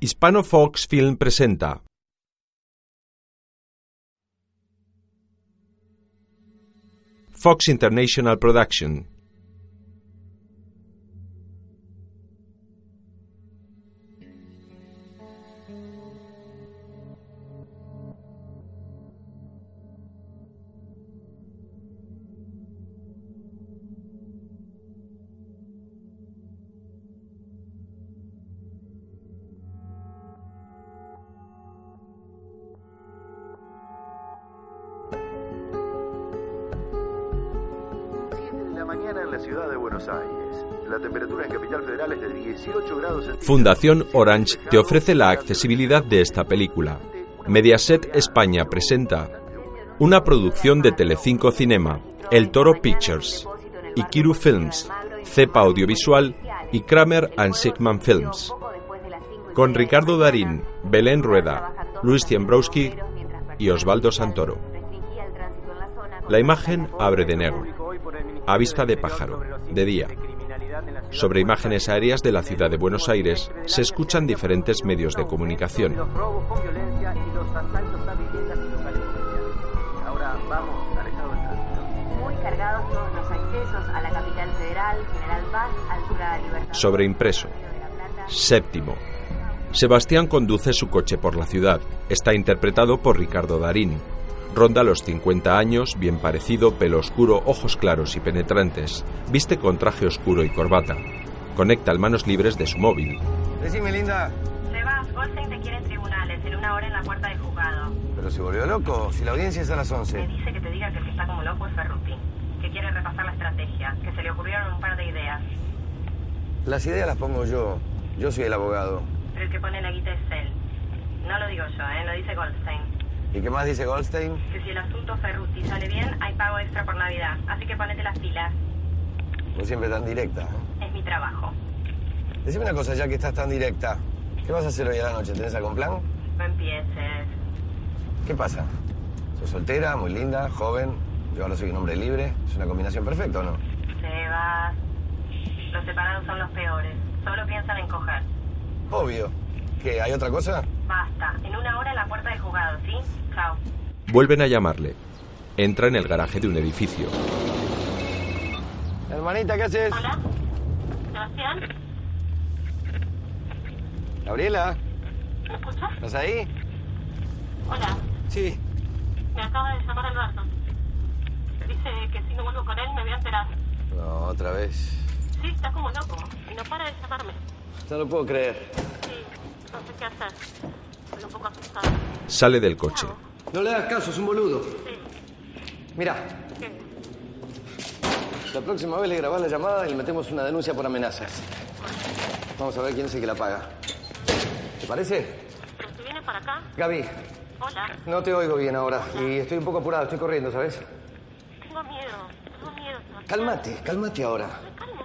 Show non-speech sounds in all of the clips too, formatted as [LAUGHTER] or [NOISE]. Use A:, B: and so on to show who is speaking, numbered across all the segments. A: Hispano Fox Film presenta Fox International Production
B: Siete de la mañana en la ciudad de Buenos Aires. La temperatura en Capital Federal es de 18 grados centígrados.
A: Fundación Orange te ofrece la accesibilidad de esta película. Mediaset España presenta una producción de Telecinco Cinema, El Toro Pictures, Ikiru Films, Cepa Audiovisual y Kramer and Sigman Films. Con Ricardo Darín, Belén Rueda, Luis Ciembrowski y Osvaldo Santoro. La imagen abre de negro, a vista de pájaro, de día. Sobre imágenes aéreas de la ciudad de Buenos Aires se escuchan diferentes medios de comunicación.
C: Los robos con violencia y los asaltos a viviendas y locales comerciales. Ahora vamos al estado del tránsito.
D: Muy cargados todos los accesos a la capital federal, General Paz, altura Libertador.
A: Sobreimpreso.
D: Río de la Plata.
A: Séptimo. Sebastián conduce su coche por la ciudad. Está interpretado por Ricardo Darín. Ronda los 50 años, bien parecido, pelo oscuro, ojos claros y penetrantes. Viste con traje oscuro y corbata. Conecta al manos libres de su móvil.
E: Decime, linda.
F: Sebas, Goldstein te quiere en tribunales en una hora en la puerta de juzgado.
E: Pero se volvió loco. Si la audiencia es a las
F: Me
E: 11.
F: dice que te diga que el que está como loco es Ferruti, que quiere repasar la estrategia, que se le ocurrieron un par de ideas,
E: Las ideas las pongo yo. Yo soy el abogado.
F: pero el que pone la guita es él. No lo digo yo, ¿eh? lo dice Goldstein.
E: ¿Y qué más dice Goldstein?
F: Que si el asunto Ferruti sale bien, hay pago extra por Navidad, así que ponete las pilas.
E: Vos Pues siempre tan directa.
F: Es mi trabajo.
E: Decime una cosa, ya que estás tan directa. ¿Qué vas a hacer hoy a la noche? ¿Tenés algún plan?
F: No empieces.
E: ¿Qué pasa? Sos soltera, muy linda, joven. Yo ahora soy un hombre libre. Es una combinación perfecta, ¿o no?
F: Sebas, los separados son los peores. Solo piensan en coger.
E: Obvio. ¿Qué? ¿Hay otra cosa?
F: Basta. En una hora en la puerta de juzgado, ¿sí? Chao.
A: Vuelven a llamarle. Entra en el garaje de un edificio.
E: Hermanita, ¿qué haces?
F: Hola. Sebastián,
E: Gabriela,
F: ¿me escuchas?
E: ¿estás ahí?
F: Hola.
E: Sí.
F: Me acaba de llamar Alberto. Dice que si no vuelvo con él me voy a enterar.
E: No, otra vez.
F: Sí, está como loco. Y no para de llamarme.
E: No lo puedo creer.
F: Sí, no sé qué hacer. Estoy un poco asustada.
A: Sale del coche.
E: No le hagas caso, es un boludo.
F: Sí,
E: Mira,
F: ¿qué?
E: La próxima vez le grabás la llamada y le metemos una denuncia por amenazas. Vamos a ver quién es el que la paga. ¿Te parece?
F: ¿Pero si viene para acá?
E: Gaby,
F: Hola.
E: no te oigo bien ahora y estoy un poco apurado, estoy corriendo, ¿sabes?
F: Tengo miedo. Tengo miedo, Sebastián.
E: Cálmate, cálmate ahora.
F: Me calmo.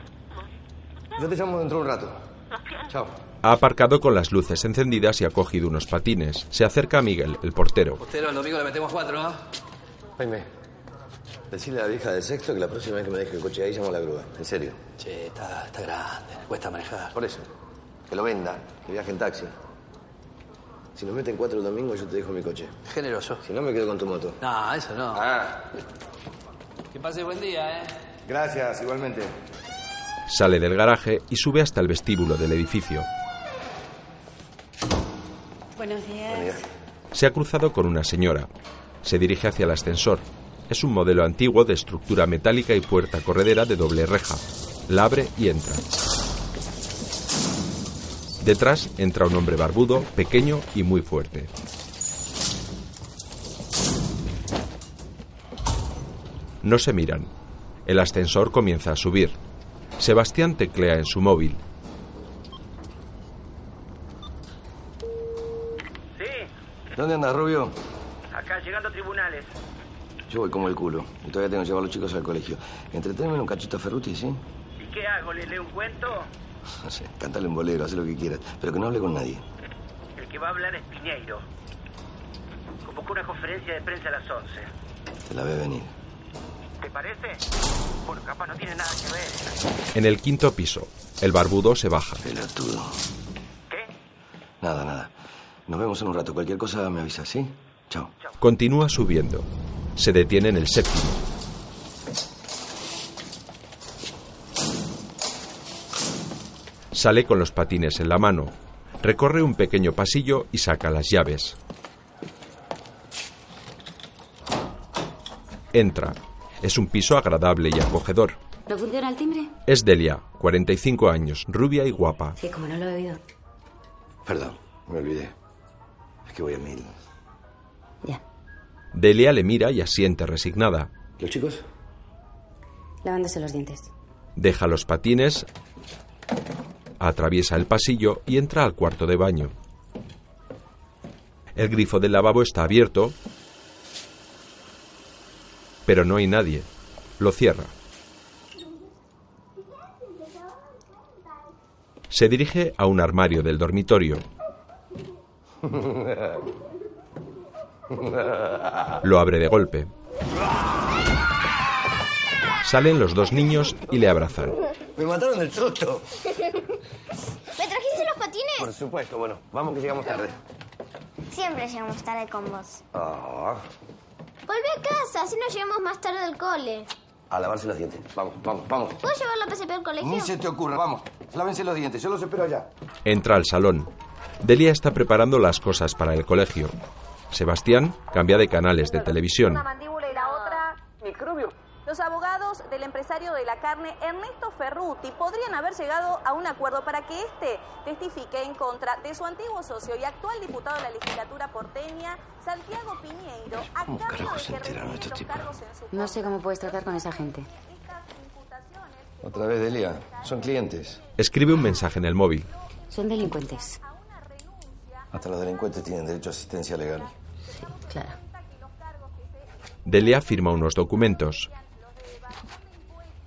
E: Yo te llamo dentro de un rato.
F: Sebastián,
E: Chao.
A: Ha aparcado con las luces encendidas y ha cogido unos patines. Se acerca a Miguel, el portero.
G: Postero, el domingo le metemos cuatro, ¿ah?
E: Jaime. Decirle a la vieja de sexto que la próxima vez que me deje el coche ahí llamo a la grúa. En serio.
G: Che, está, está grande, le cuesta manejar.
E: Por eso. Que lo venda, que viaje en taxi. Si nos meten cuatro el domingo, yo te dejo mi coche.
G: Generoso.
E: Si no, me quedo con tu moto.
G: No, eso no.
E: Ah,
G: Que pase buen día, ¿eh?
E: gracias, igualmente.
A: Sale del garaje y sube hasta el vestíbulo del edificio.
H: Buenos días.
E: Mira.
A: Se ha cruzado con una señora. Se dirige hacia el ascensor. Es un modelo antiguo de estructura metálica y puerta corredera de doble reja. La abre y entra. Detrás entra un hombre barbudo, pequeño y muy fuerte. No se miran. El ascensor comienza a subir. Sebastián teclea en su móvil.
C: Sí,
E: ¿Dónde andas, Rubio?
C: acá llegando a tribunales.
E: Yo voy como el culo. Y todavía tengo que llevar a los chicos al colegio. Entretenme un cachito a Ferruti, ¿sí?
C: ¿Y qué hago? ¿Le leo un cuento?
E: No sé, cántale un bolero, haz lo que quieras. Pero que no hable con nadie.
C: El que va a hablar es Piñeiro. Convocó una conferencia de prensa a las 11.
E: Te la ve venir.
C: ¿Te parece? Bueno, capaz no tiene nada que ver.
A: En el quinto piso, el barbudo se baja.
E: Pelotudo.
C: ¿Qué?
E: Nada, nada. Nos vemos en un rato. Cualquier cosa me avisas, ¿sí? Chao.
A: Continúa subiendo. Se detiene en el séptimo. Sale con los patines en la mano. Recorre un pequeño pasillo y saca las llaves. Entra. Es un piso agradable y acogedor.
H: ¿No funciona el timbre?
A: Es Delia, 45 años, rubia y guapa.
H: Sí, como no lo he oído.
E: Perdón, me olvidé. Es que voy a mil.
H: Ya.
A: Delia le mira y asiente resignada.
E: ¿Los chicos?
H: Lavándose los dientes.
A: Deja los patines, atraviesa el pasillo y entra al cuarto de baño. El grifo del lavabo está abierto, pero no hay nadie. Lo cierra. Se dirige a un armario del dormitorio.
E: [LAUGHS]
A: Lo abre de golpe. Salen los dos niños y le abrazan.
E: Me mataron del susto.
I: [LAUGHS] ¿Me trajiste los
E: Por
I: patines?
E: supuesto, bueno, vamos que llegamos tarde.
I: Siempre llegamos tarde con vos.
E: Ah,
I: Volvé a casa, así nos llegamos más tarde al cole.
E: a lavarse los dientes. Vamos, vamos, vamos.
I: ¿Puedo llevar la PSP al
E: Ni
I: colegio?
E: se te ocurra, vamos. Lávense los dientes, yo los espero allá.
A: Entra al salón. Delia está preparando las cosas para el colegio. Sebastián cambia de canales de televisión.
J: Una mandíbula y la otra, microbio. Los abogados del empresario de la carne, Ernesto Ferruti, podrían haber llegado a un acuerdo para que este testifique en contra de su antiguo socio y actual diputado de la legislatura porteña, Santiago Piñeiro, a
E: ¿Cómo
J: cambio
E: carajo
J: de
E: se
J: que
E: enteraron
J: retire
E: estos
J: los
E: tipos?
J: cargos en su
H: No sé cómo puedes tratar con esa gente.
J: Estas imputaciones
E: Otra vez, Delia. Son clientes.
A: Escribe un mensaje en el móvil.
H: Son delincuentes.
E: Hasta los delincuentes tienen derecho a asistencia legal.
H: Sí, claro.
A: Delia firma unos documentos.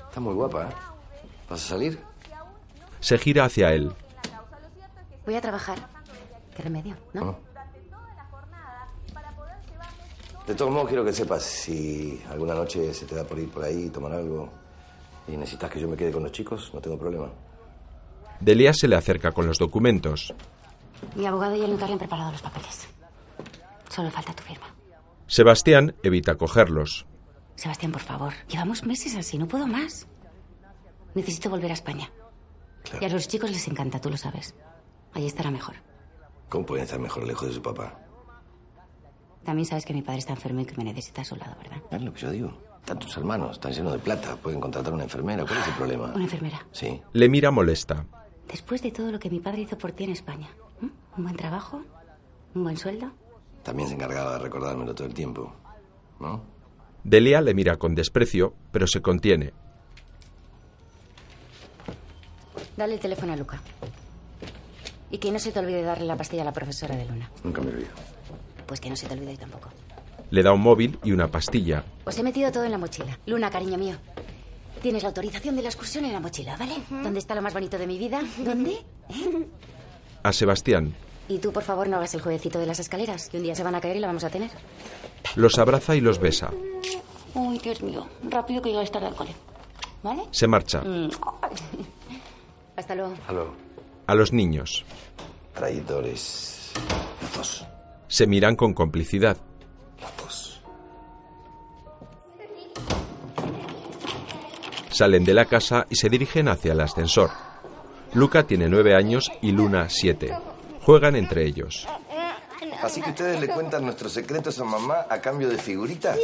E: Está muy guapa, ¿eh? ¿Vas a salir?
A: Se gira hacia él.
H: Voy a trabajar. ¿Qué remedio? ¿No?
E: De todos modos, quiero que sepas, si alguna noche se te da por ir por ahí, tomar algo, y necesitas que yo me quede con los chicos, no tengo problema.
A: Delia se le acerca con los documentos.
H: Mi abogado y el notario han preparado los papeles. Solo falta tu firma.
A: Sebastián evita cogerlos.
H: Sebastián, por favor. Llevamos meses así, no puedo más. Necesito volver a España. Y a los chicos les encanta, tú lo sabes. Allí estará mejor.
E: ¿Cómo pueden estar mejor lejos de su papá?
H: También sabes que mi padre está enfermo y que me necesita a su lado, ¿verdad?
E: Es lo que yo digo. Están tus hermanos, están llenos de plata, pueden contratar una enfermera, ¿cuál es el problema?
H: Una enfermera.
E: Sí.
A: Le mira molesta.
H: Después de todo lo que mi padre hizo por ti en España, ¿m? un buen trabajo, un buen sueldo,
E: También se encargaba de recordármelo todo el tiempo. ¿No?
A: Delia le mira con desprecio, pero se contiene.
H: dale el teléfono a Luca. Y que no se te olvide darle la pastilla a la profesora de Luna.
E: Nunca me olvido.
H: Pues que no se te olvide hoy tampoco.
A: Le da un móvil y una pastilla.
H: Os he metido todo en la mochila. Luna, cariño mío. Tienes la autorización de la excursión en la mochila, ¿vale? ¿Dónde está lo más bonito de mi vida? ¿Dónde?
A: A Sebastián.
H: Y tú, por favor, no hagas el jueguecito de las escaleras, que un día se van a caer y la vamos a tener.
A: Los abraza y los besa.
H: Uy, Dios mío. Rápido que llegáis tarde al cole. ¿Vale?
A: Se marcha.
H: Mm. [LAUGHS] Hasta luego.
E: Aló.
A: A los niños.
E: Traidores. Los dos.
A: Se miran con complicidad.
E: Los dos.
A: Salen de la casa y se dirigen hacia el ascensor. Luca tiene nueve años y Luna siete. Juegan entre ellos.
E: Así que ustedes le cuentan nuestros secretos a mamá a cambio de figuritas.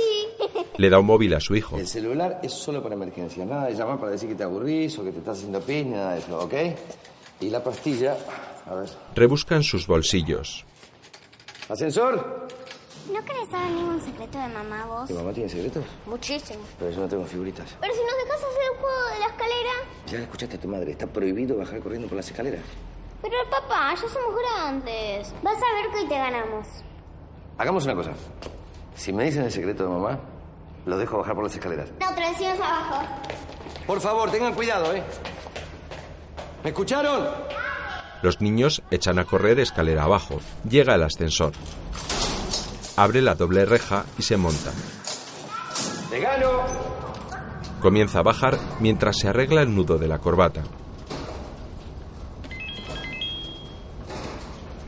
A: Le da un móvil a su hijo.
E: El celular es solo para emergencias, nada de llamar para decir que te aburrís o que te estás haciendo pis, ni nada de eso, ¿ok? Y la pastilla, a ver.
A: Rebuscan sus bolsillos.
E: ¿Ascensor?
I: ¿No querés saber ningún secreto de mamá vos?
E: ¿Tu mamá tiene secretos?
I: Muchísimo.
E: Pero yo no tengo figuritas.
I: Pero si nos dejas hacer el juego de la escalera.
E: Ya escuchaste a tu madre, está prohibido bajar corriendo por las escaleras.
I: Pero papá, ya somos grandes. Vas a ver que hoy te ganamos.
E: Hagamos una cosa. Si me dicen el secreto de mamá, lo dejo bajar por las escaleras.
I: La otra vez ibas abajo.
E: Por favor, tengan cuidado, ¿eh? ¿Me escucharon?
A: Los niños echan a correr escalera abajo. Llega el ascensor. Abre la doble reja y se monta.
E: ¡Te gano!
A: Comienza a bajar mientras se arregla el nudo de la corbata.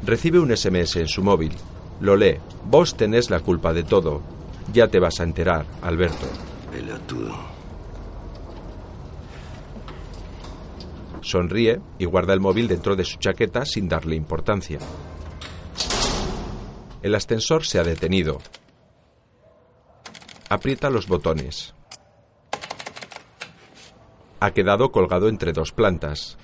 A: Recibe un SMS en su móvil. Lo lee. Vos tenés la culpa de todo. Ya te vas a enterar, Alberto.
E: Pelotudo.
A: Sonríe y guarda el móvil dentro de su chaqueta sin darle importancia. El ascensor se ha detenido. Aprieta los botones. Ha quedado colgado entre dos plantas.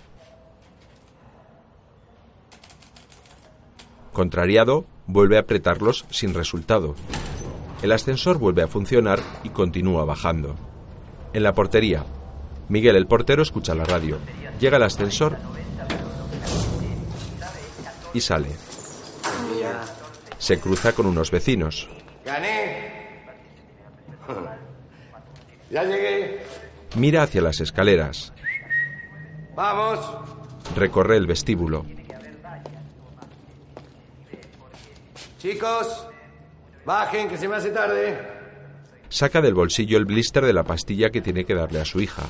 A: Contrariado, vuelve a apretarlos sin resultado. El ascensor vuelve a funcionar y continúa bajando. En la portería, Miguel el portero escucha la radio. Llega el ascensor y sale. Se cruza con unos vecinos.
E: ¡Gané! ¡Ya llegué!
A: Mira hacia las escaleras.
E: ¡Vamos!
A: Recorre el vestíbulo.
E: Chicos, bajen que se me hace tarde.
A: Saca del bolsillo el blister de la pastilla que tiene que darle a su hija.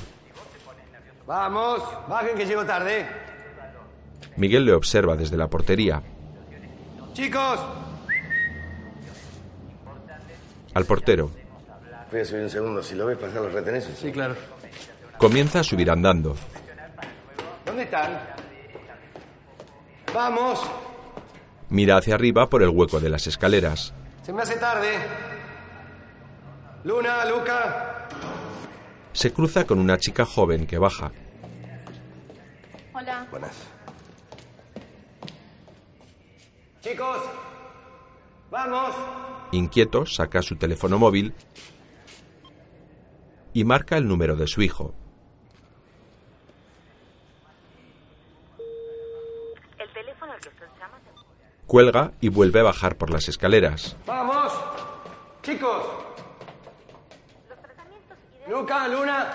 E: Vamos, bajen que llego tarde.
A: Miguel le observa desde la portería.
E: Chicos,
A: Al portero.
E: voy a subir un segundo. Si lo ves pasar, los retenés. Sí, claro.
A: Comienza a subir andando.
E: ¿Dónde están? ¡Vamos!
A: Mira hacia arriba por el hueco de las escaleras.
E: Se me hace tarde. Luna, Luca.
A: Se cruza con una chica joven que baja.
K: Hola.
E: Buenas. Chicos, vamos.
A: Inquieto, saca su teléfono móvil y marca el número de su hijo.
F: El teléfono al que usted llama se
A: Cuelga y vuelve a bajar por las escaleras.
E: ¡Vamos! ¡Chicos! ¡Luca, Luna!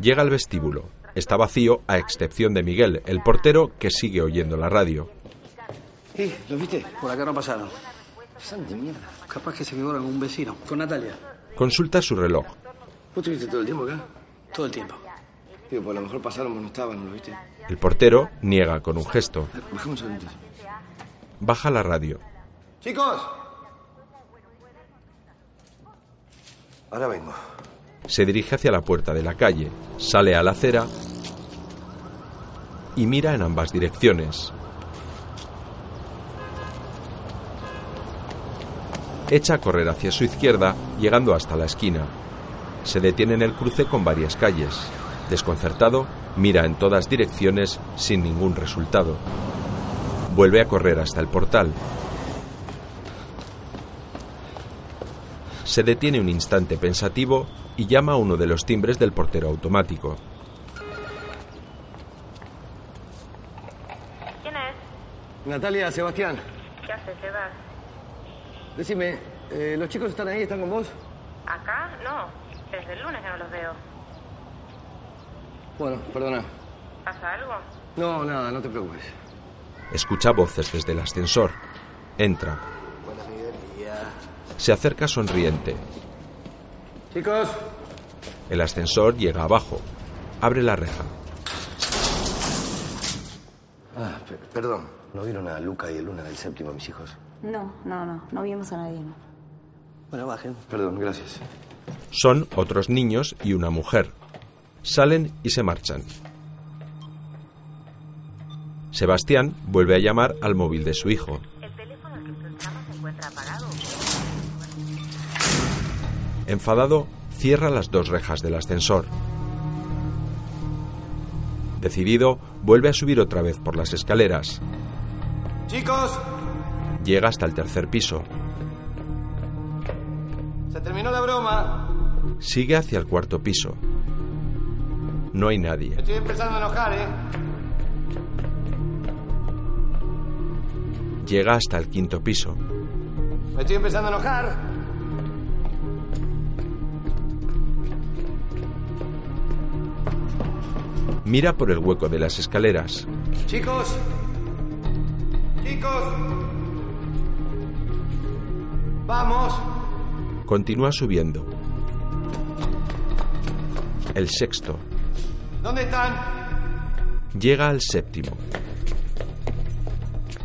A: Llega al vestíbulo. Está vacío a excepción de Miguel, el portero que sigue oyendo la radio.
L: Eh, ¿lo viste? Por acá no pasaron. Son de mierda. Capaz que se quedó algún vecino. Con Natalia.
A: Consulta su reloj.
E: ¿Vos estuviste todo el tiempo acá?
L: Todo el tiempo.
E: Digo, pues a lo mejor pasaron, pero no estaban, ¿lo viste?
A: El portero niega con un gesto.
E: Bajamos un segundito.
A: Baja la radio.
E: ¡Chicos! Ahora vengo.
A: Se dirige hacia la puerta de la calle, sale a la acera y mira en ambas direcciones. Echa a correr hacia su izquierda, llegando hasta la esquina. Se detiene en el cruce con varias calles. Desconcertado, mira en todas direcciones sin ningún resultado. Vuelve a correr hasta el portal. Se detiene un instante pensativo y llama a uno de los timbres del portero automático.
F: ¿Quién es?
E: Natalia, Sebastián,
F: ¿Qué hace, Sebas?
E: decime, eh, ¿los chicos están ahí? ¿Están con vos?
F: ¿Acá? No. Desde el lunes que no los veo.
E: Bueno, perdona.
F: ¿Pasa algo?
E: No, nada, no te preocupes.
A: Escucha voces desde el ascensor. Entra. Se acerca sonriente.
E: Chicos,
A: El ascensor llega abajo. Abre la reja.
E: Ah, pe- perdón. ¿No vieron a Luca y a Luna del séptimo, mis hijos?
K: No, no, no. No vimos a nadie. no.
E: Bueno, bajen. Perdón, gracias.
A: Son otros niños y una mujer. Salen y se marchan. Sebastián vuelve a llamar al móvil de su hijo.
F: El teléfono al que usted llama se encuentra apagado.
A: Enfadado, cierra las dos rejas del ascensor. Decidido, vuelve a subir otra vez por las escaleras.
E: Chicos,
A: Llega hasta el tercer piso.
E: se terminó la broma.
A: Sigue hacia el cuarto piso. No hay nadie.
E: Me estoy empezando a enojar, ¿eh?
A: Llega hasta el quinto piso.
E: Me estoy empezando a enojar.
A: Mira por el hueco de las escaleras.
E: Chicos, chicos. Vamos.
A: Continúa subiendo. El sexto.
E: ¿Dónde están?
A: Llega al séptimo.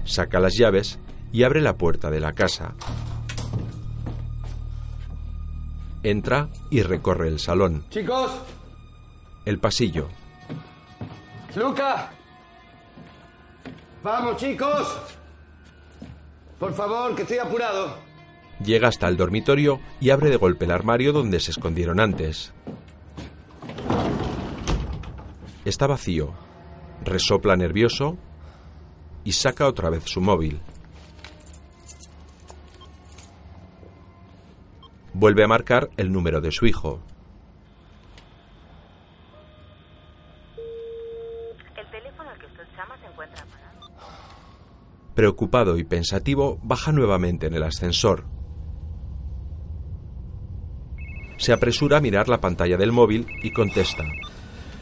A: saca las llaves y abre la puerta de la casa. Entra y recorre el salón,
E: Chicos,
A: el pasillo,
E: Luca. Vamos, chicos. Por favor, que estoy apurado.
A: llega hasta el dormitorio y abre de golpe el armario donde se escondieron antes. Está vacío, resopla nervioso y saca otra vez su móvil. Vuelve a marcar el número de su hijo.
F: El teléfono al que usted llama se encuentra apagado.
A: Preocupado y pensativo, baja nuevamente en el ascensor. Se apresura a mirar la pantalla del móvil y contesta.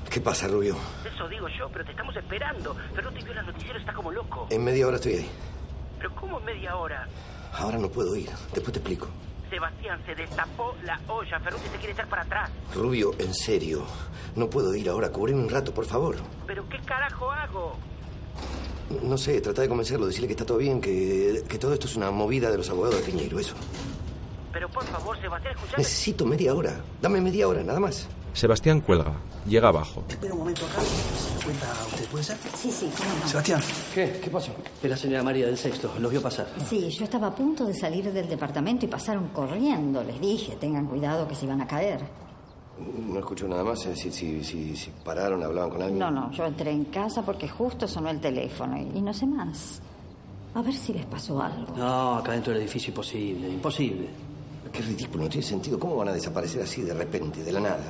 E: ¿Qué pasa, Rubio?
F: Eso digo yo, pero te estamos esperando. Ferruti vio las noticiero, está como loco.
E: En media hora estoy ahí.
F: Pero ¿cómo en media hora?
E: Ahora no puedo ir. Después te explico.
F: Sebastián se destapó la olla. Ferruti se quiere echar para atrás.
E: Rubio, en serio. No puedo ir ahora. Cúbreme un rato, por favor.
F: ¿Pero qué carajo hago?
E: No sé, trata de convencerlo, decirle que está todo bien, que, que todo esto es una movida de los abogados de Piñeiro, eso.
F: Pero por favor, Sebastián, escucha.
E: Necesito media hora. Dame media hora, nada más.
A: Sebastián cuelga, llega abajo.
L: Espera un momento acá. ¿Se cuenta usted, puede ser?
M: Sí, sí, cómo no.
L: Sebastián. ¿Qué? ¿Qué pasó? Es la señora María del Sexto. Los vio pasar.
M: Sí, yo estaba a punto de salir del departamento y pasaron corriendo. Les dije, tengan cuidado que se iban a caer.
E: No escucho nada más. eh, Si, si, si, si pararon, hablaban con alguien.
M: No, no, yo entré en casa porque justo sonó el teléfono y, y no sé más. A ver si les pasó algo.
L: No, acá dentro del edificio imposible, imposible.
E: Qué ridículo, no tiene sentido. ¿Cómo van a desaparecer así de repente, de la nada?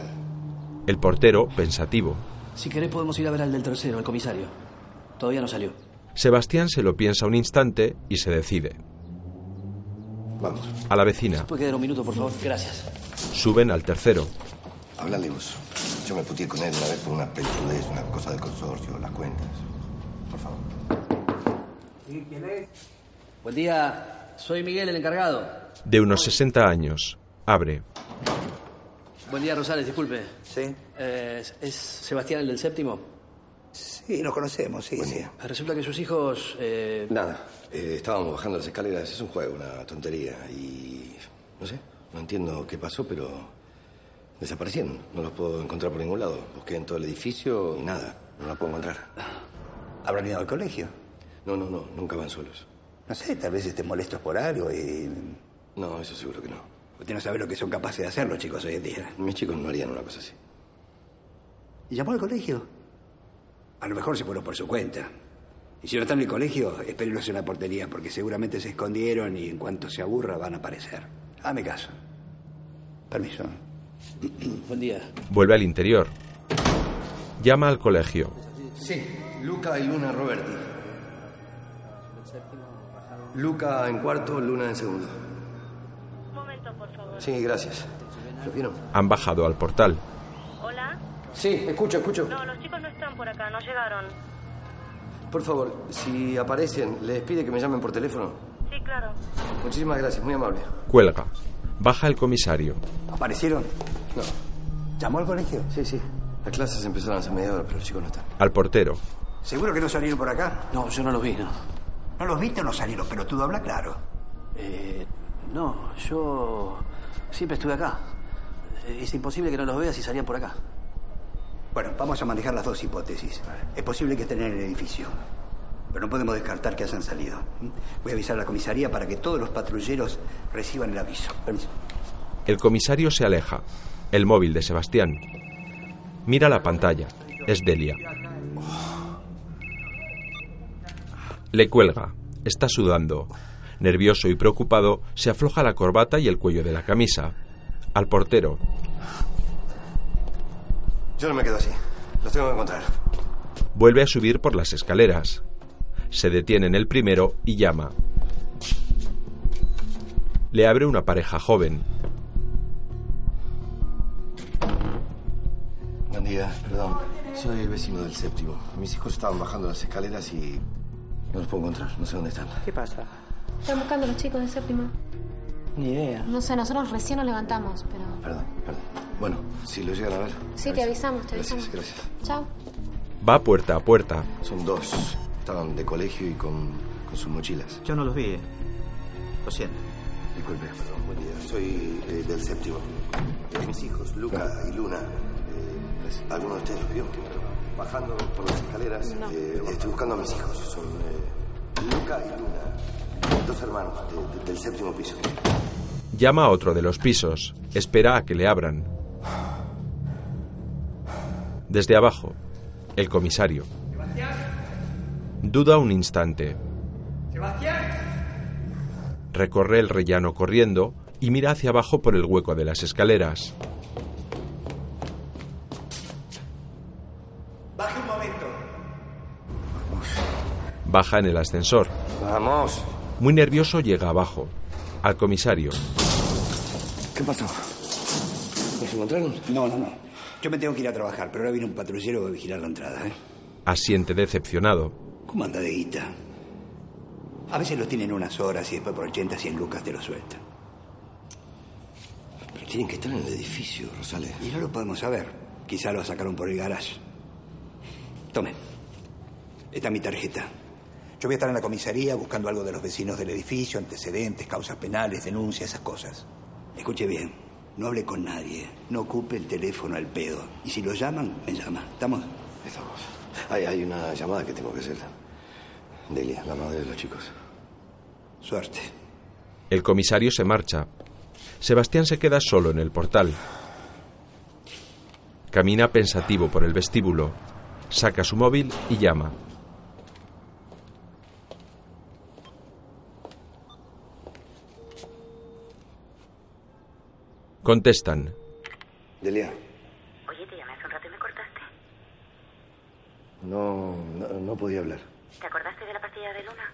A: El portero, pensativo.
L: Si querés podemos ir a ver al del tercero, al comisario. Todavía no salió.
A: Sebastián se lo piensa un instante y se decide.
E: Vamos.
A: A la vecina.
L: ¿Puede quedar un minuto, por favor? Gracias.
A: Suben al tercero.
E: Háblale vos. Yo me puteé con él una vez por una pelotudez, una cosa del consorcio, las cuentas. Por favor.
L: ¿Sí? ¿Quién es? Buen día. Soy Miguel, el encargado.
A: De unos 60 años. Abre.
L: Buen día, Rosales, disculpe. Eh,
N: Sí.
L: ¿es, es Sebastián el del séptimo?
N: Sí, nos conocemos, sí, sí.
L: Resulta que sus hijos... eh,
E: Nada. Eh, estábamos bajando las escaleras. Es un juego, una tontería. Y. No sé. No entiendo qué pasó, pero. Desaparecieron. No los puedo encontrar por ningún lado. Busqué en todo el edificio y nada. No los puedo encontrar.
N: ¿Habrán ido al colegio?
E: No, no, no. Nunca van solos.
N: No sé, tal vez esté molestos por algo y...
E: No, eso seguro que no.
N: Usted no sabe lo que son capaces de hacer los chicos hoy en día.
E: Mis chicos no harían una cosa así.
N: ¿Y llamó al colegio? A lo mejor se fueron por su cuenta. Y si no están en el colegio, espérenlos en la portería, porque seguramente se escondieron y en cuanto se aburra van a aparecer. Ah, me caso. Permiso.
L: [CLEARS THROAT] Buen día.
A: Vuelve al interior. Llama al colegio.
E: Sí, Luca y Luna Roberti. Luca en cuarto, Luna en segundo.
F: momento, por favor.
E: Sí, gracias. ¿Lo vieron?
A: Han bajado al portal.
F: ¿Hola?
E: Sí, escucho, escucho.
F: No, los chicos no están por acá, no llegaron.
E: Por favor, si aparecen, les pide que me llamen por teléfono.
F: Sí, claro.
E: Muchísimas gracias, muy amable.
A: Cuelga. Baja el comisario.
N: ¿Aparecieron?
E: No.
N: ¿Llamó al colegio?
E: Sí, sí. Las clases empezaron hace media hora, pero los chicos no están.
A: Al portero.
N: ¿Seguro que no salieron por acá?
L: No, yo no los vi, no.
N: ¿No los viste o no salieron? Pero tú habla claro.
L: Eh, no, yo siempre estuve acá. Eh, Es imposible que no los vea si salían por acá.
N: Bueno, vamos a manejar las dos hipótesis. Es posible que estén en el edificio, pero no podemos descartar que hayan salido. Voy a avisar a la comisaría para que todos los patrulleros reciban el aviso. Permiso.
A: El comisario se aleja. El móvil de Sebastián. Mira la pantalla. Es Delia. Le cuelga. Está sudando. Nervioso y preocupado, se afloja la corbata y el cuello de la camisa. Al portero.
E: Yo no me quedo así. Los tengo que encontrar.
A: Vuelve a subir por las escaleras. Se detiene en el primero y llama. Le abre una pareja joven.
E: Buen día, perdón. Soy el vecino del séptimo. Mis hijos estaban bajando las escaleras y. No los puedo encontrar, no sé dónde están.
O: ¿Qué pasa?
P: Están buscando a los chicos de séptimo.
L: Ni idea.
P: No sé, nosotros recién nos levantamos, pero.
E: Perdón, perdón. Bueno, si lo llegan a ver.
P: Sí, te avisamos, te avisamos.
E: Gracias, gracias.
P: Chao.
A: Va puerta a puerta.
E: Son dos. Estaban de colegio y con, con sus mochilas.
O: Yo no los vi, eh. Lo siento.
E: Disculpe. Perdón, buen día. Soy eh, del séptimo. Eh, mis hijos, Luca y Luna. eh, ¿Alguno de ustedes los vio? Bajando por las escaleras. eh, estoy buscando a mis hijos. Son eh, Luca y Luna. Dos hermanos de- de- del séptimo piso.
A: Llama a otro de los pisos. Espera a que le abran. Desde abajo, el comisario. Duda un instante. Recorre el rellano corriendo y mira hacia abajo por el hueco de las escaleras.
N: Baje un momento.
A: Baja en el ascensor.
E: Vamos.
A: Muy nervioso llega abajo. Al comisario.
E: ¿Qué pasó? ¿Nos encontraron?
N: No, no, no. Yo me tengo que ir a trabajar, pero ahora viene un patrullero a vigilar la entrada, ¿eh?
A: Asiente decepcionado.
N: ¿Cómo anda de guita? A veces lo tienen unas horas y después por 80, 100 lucas te lo sueltan.
E: Pero tienen que estar en el edificio, Rosales.
N: Y no lo podemos saber. Quizá lo sacaron por el garage. Tome. Esta es mi tarjeta. Yo voy a estar en la comisaría buscando algo de los vecinos del edificio, antecedentes, causas penales, denuncias, esas cosas. Escuche bien. No hable con nadie. No ocupe el teléfono al pedo. Y si lo llaman, me llama. ¿Estamos?
E: Estamos. Hay, hay una llamada que tengo que hacer. Delia, la madre de los chicos.
N: Suerte.
A: El comisario se marcha. Sebastián se queda solo en el portal. Camina pensativo por el vestíbulo. Saca su móvil y llama. Contestan.
E: Delia.
D: Oye, te llamé hace un rato y me cortaste.
E: No, no, no podía hablar.
D: ¿Te acordaste de la pastilla de Luna?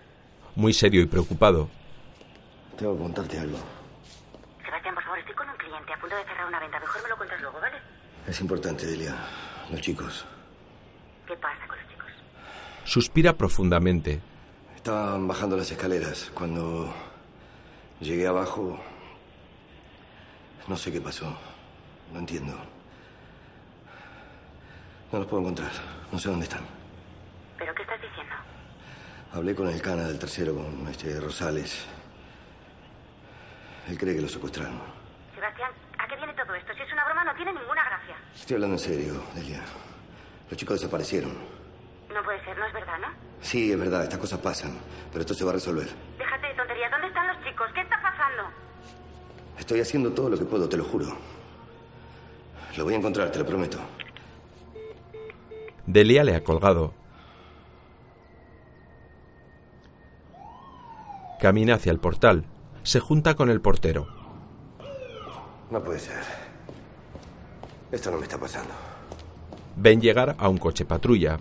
A: Muy serio y preocupado.
E: Tengo que contarte algo.
D: Sebastián, por favor, estoy con un cliente a punto de cerrar una venta. Mejor me lo cuentas luego, ¿vale?
E: Es importante, Delia. Los chicos.
D: ¿Qué pasa con los chicos?
A: Suspira profundamente.
E: Estaban bajando las escaleras. Cuando llegué abajo, no sé qué pasó. No entiendo. No los puedo encontrar. No sé dónde están.
D: ¿Pero qué estás diciendo?
E: Hablé con el cana del tercero, con este Rosales. Él cree que lo secuestraron.
D: Sebastián, ¿a qué viene todo esto? Si es una broma, no tiene ninguna gracia.
E: Estoy hablando en serio, Delia. Los chicos desaparecieron.
D: No puede ser, no es verdad, ¿no?
E: Sí, es verdad, estas cosas pasan, pero esto se va a resolver.
D: Déjate de tonterías. ¿Dónde están los chicos? ¿Qué está pasando?
E: Estoy haciendo todo lo que puedo, te lo juro. Lo voy a encontrar, te lo prometo.
A: Delia le ha colgado. Camina hacia el portal. Se junta con el portero.
E: No puede ser. Esto no me está pasando.
A: Ven llegar a un coche patrulla.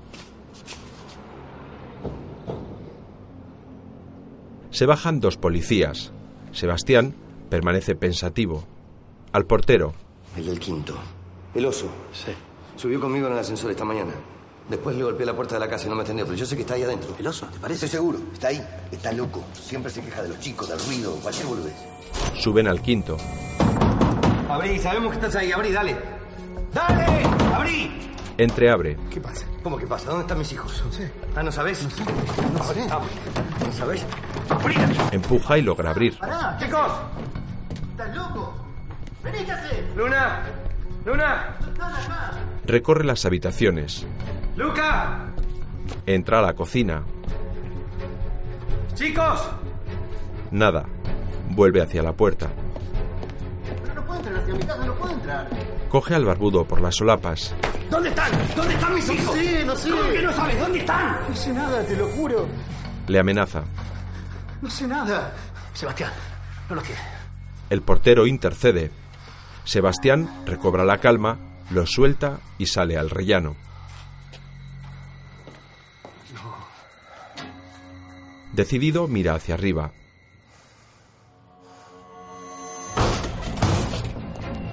A: Se bajan dos policías. Sebastián permanece pensativo. Al portero.
E: El del quinto. El oso. Sí. Subió conmigo en el ascensor esta mañana. Después le golpeé la puerta de la casa y no me atendió, pero yo sé que está ahí adentro. ¿El oso? ¿Te parece? Estoy seguro. Está ahí. Está loco. Siempre se queja de los chicos, del ruido, cualquier boludez.
A: Suben al quinto.
E: Abrí, sabemos que estás ahí. Abrí, dale. ¡Dale! ¡Abrí!
A: Entreabre.
E: ¿Qué pasa? ¿Cómo que pasa? ¿Dónde están mis hijos? No sé. Ah, ¿no Ah, sabes? No sé. No sé. ¿No sabes?
A: Empuja y logra abrir.
C: ¡Pará!
E: ¡Chicos!
C: ¡Estás loco! ¡Venícase!
E: ¡Luna! ¡Luna!
A: Recorre las habitaciones.
E: ¡Luca!
A: Entra a la cocina.
E: ¡Chicos!
A: Nada. Vuelve hacia la puerta.
C: Pero no puedo entrar hacia mi casa, no puedo entrar.
A: Coge al barbudo por las solapas.
C: ¿Dónde están? ¿Dónde están mis
N: hijos?
C: No sé, no sé.
N: ¿Cómo que no sabes? ¿Dónde están?
C: No sé nada, te lo juro.
A: Le amenaza.
C: No sé nada. Sebastián, no los tiene.
A: El portero intercede. Sebastián recobra la calma, los suelta y sale al rellano. Decidido, mira hacia arriba.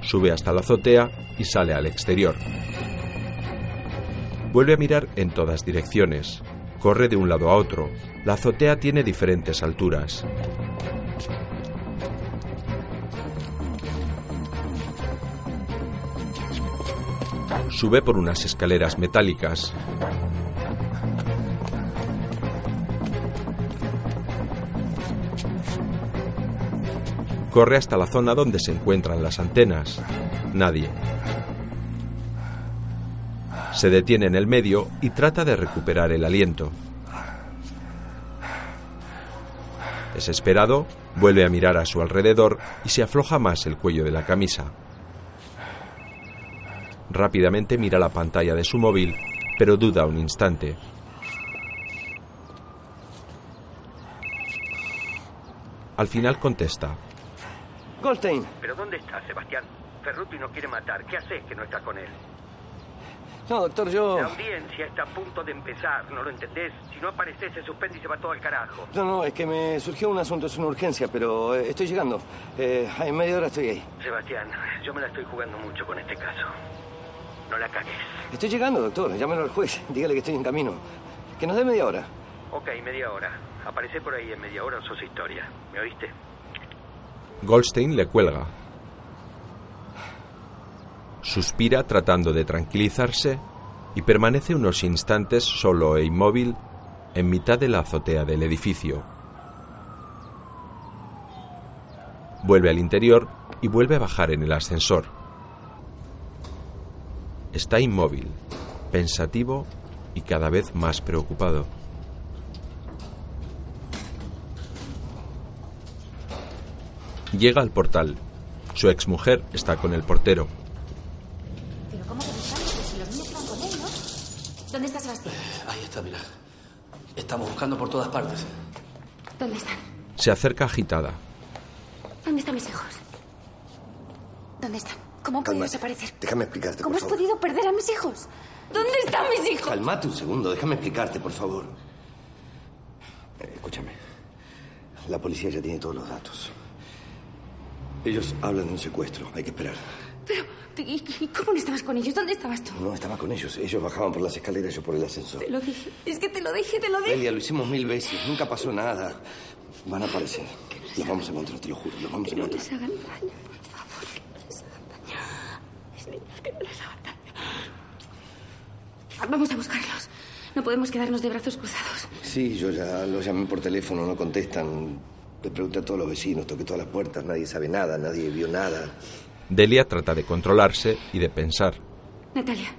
A: Sube hasta la azotea y sale al exterior. Vuelve a mirar en todas direcciones. Corre de un lado a otro. La azotea tiene diferentes alturas. Sube por unas escaleras metálicas. Corre hasta la zona donde se encuentran las antenas. Nadie. Se detiene en el medio y trata de recuperar el aliento. Desesperado, vuelve a mirar a su alrededor y se afloja más el cuello de la camisa. Rápidamente mira la pantalla de su móvil, pero duda un instante. Al final contesta.
E: Goldstein.
B: ¿Pero dónde estás, Sebastián? Ferruti nos quiere matar. ¿Qué haces que no estás con él?
E: No, doctor, yo...
B: La audiencia está a punto de empezar, ¿no lo entendés? Si no apareces, se suspende y se va todo al carajo.
E: No, no, es que me surgió un asunto, es una urgencia, pero eh, estoy llegando. Eh, en media hora estoy ahí.
B: Sebastián, yo me la estoy jugando mucho con este caso. No la cagues.
E: Estoy llegando, doctor. Llámelo al juez. [LAUGHS] Dígale que estoy en camino. Que nos dé media hora.
B: Ok, media hora. Aparece por ahí en media hora o sos historia. ¿Me oíste?
A: Goldstein le cuelga. Suspira tratando de tranquilizarse y permanece unos instantes solo e inmóvil en mitad de la azotea del edificio. Vuelve al interior y vuelve a bajar en el ascensor. Está inmóvil, pensativo y cada vez más preocupado. Llega al portal. Su exmujer está con el portero.
H: ¿Pero cómo que buscamos? Si los niños van con él, ¿no? ¿Dónde está Sebastián?
G: Ahí está, mira. Estamos buscando por todas partes.
H: ¿Dónde están?
A: Se acerca agitada.
H: ¿Dónde están mis hijos? ¿Dónde están? ¿Cómo han podido
E: Calmate.
H: desaparecer?
E: Déjame explicarte,
H: ¿Cómo
E: por
H: has
E: favor.
H: podido perder a mis hijos? ¿Dónde están mis hijos?
E: Calmate un segundo. Déjame explicarte, por favor. Eh, escúchame. La policía ya tiene todos los datos. Ellos hablan de un secuestro. Hay que esperar.
H: Pero, ¿y- y ¿cómo no estabas con ellos? ¿Dónde estabas tú?
E: No, estaba con ellos. Ellos bajaban por las escaleras, yo por el ascensor.
H: Te lo dije. Es que te lo dije, te lo dije.
E: Delia, lo hicimos mil veces. Nunca pasó nada. Van a aparecer. Los vamos a encontrar, te lo juro. Los vamos a
H: No
E: encontrar.
H: les hagan daño, por favor, que no les hagan daño. Mis niños, que no les hagan daño. Ah, Vamos a buscarlos. No podemos quedarnos de brazos cruzados.
E: Sí, yo ya los llamé por teléfono, no contestan. Le pregunté a todos los vecinos, toqué todas las puertas, nadie sabe nada, nadie vio nada.
A: Delia trata de controlarse y de pensar.
H: Natalia,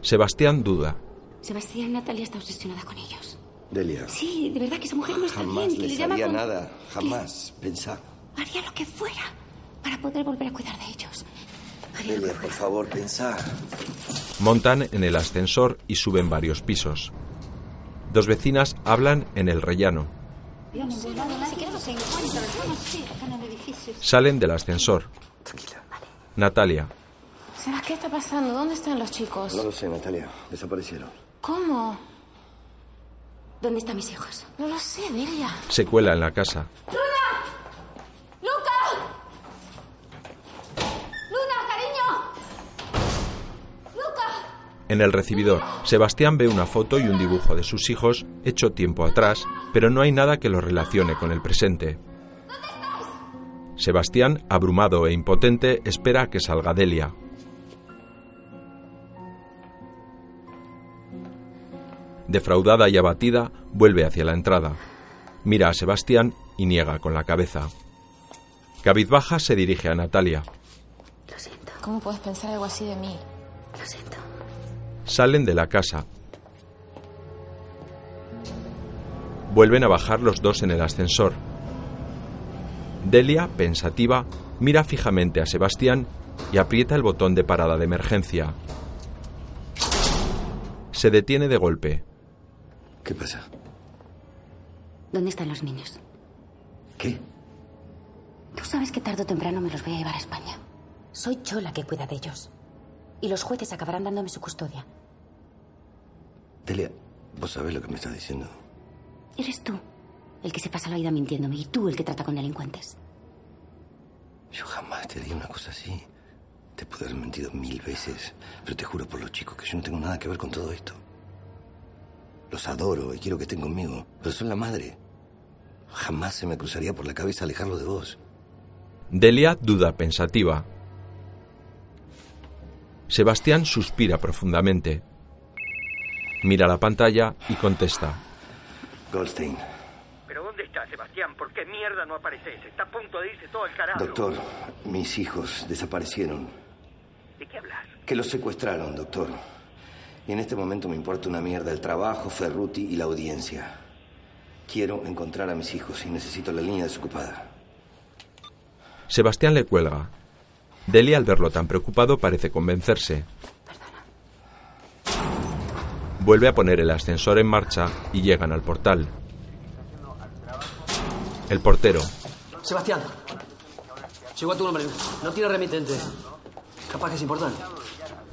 A: Sebastián duda.
H: Sebastián, Natalia está obsesionada con ellos.
E: Delia,
H: Sí, de verdad que esa mujer no está
E: jamás
H: bien, que
E: les
H: le llama
E: haría
H: con-
E: nada, jamás. Pensá.
H: Haría lo que fuera para poder volver a cuidar de ellos.
E: Delia, por favor, pensá.
A: Montan en el ascensor y suben varios pisos. Dos vecinas hablan en el rellano.
M: Yo no veo nada, nadie nos encuentra. Yo no sé, acá en el edificio.
A: Salen del ascensor. Natalia.
P: Sebas, ¿qué está pasando? ¿Dónde están los chicos?
E: No lo sé, Natalia, desaparecieron.
P: ¿Cómo?
H: ¿Dónde están mis hijos?
P: No lo sé, Delia.
A: Se cuela en la casa.
I: ¡Luca! ¡Luca, cariño! ¡Luca!
A: En el recibidor, Sebastián ve una foto y un dibujo de sus hijos hecho tiempo atrás, pero no hay nada que lo relacione con el presente. Sebastián, abrumado e impotente, espera a que salga Delia. Defraudada y abatida, vuelve hacia la entrada. Mira a Sebastián y niega con la cabeza. Cabizbaja se dirige a Natalia.
P: ¿Cómo puedes pensar algo así de mí?
H: Lo siento.
A: Salen de la casa. Vuelven a bajar los dos en el ascensor. Delia, pensativa, mira fijamente a Sebastián y aprieta el botón de parada de emergencia. Se detiene de golpe.
E: ¿Qué pasa?
H: ¿Dónde están los niños?
E: ¿Qué?
H: Tú sabes que tarde o temprano me los voy a llevar a España. Soy yo la que cuida de ellos. Y los jueces acabarán dándome su custodia.
E: Delia, vos sabés lo que me estás diciendo.
H: Eres tú el que se pasa la vida mintiéndome y tú el que trata con delincuentes.
E: Yo jamás te di una cosa así. Te pude haber mentido mil veces, pero te juro por los chicos que yo no tengo nada que ver con todo esto. Los adoro y quiero que estén conmigo, pero son la madre. Jamás se me cruzaría por la cabeza alejarlo de vos.
A: Delia duda pensativa. Sebastián suspira profundamente. Mira la pantalla y contesta.
E: Goldstein.
B: ¿Pero dónde estás, Sebastián?
C: Sebastián, ¿por qué mierda no apareces? Está a punto de irse todo el carajo.
E: Doctor, mis hijos desaparecieron.
C: ¿De qué hablas?
E: Que los secuestraron, doctor. Y en este momento me importa una mierda el trabajo, Ferruti y la audiencia. Quiero encontrar a mis hijos y necesito la línea desocupada.
A: Sebastián le cuelga. Delia, al verlo tan preocupado, parece convencerse. Vuelve a poner el ascensor en marcha y llegan al portal. El portero.
G: Sebastián, llegó a tu nombre. No tiene remitente. Capaz que es importante.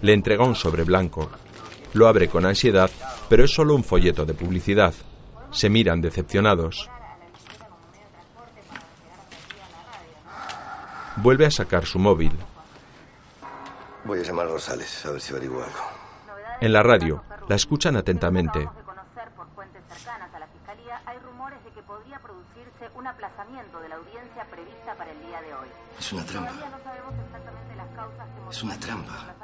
A: Le entrega un sobre blanco. Lo abre con ansiedad, pero es solo un folleto de publicidad. Se miran decepcionados. Vuelve a sacar su móvil.
E: Voy a llamar a Rosales a ver si averigua algo.
A: En la radio, la escuchan atentamente.
D: Conocer por fuentes cercanas a la Fiscalía hay rumores de que podría producirse un aplazamiento de la audiencia prevista para el día de hoy.
E: Es una trampa.
D: Todavía no sabemos exactamente las causas que
E: Es una trampa.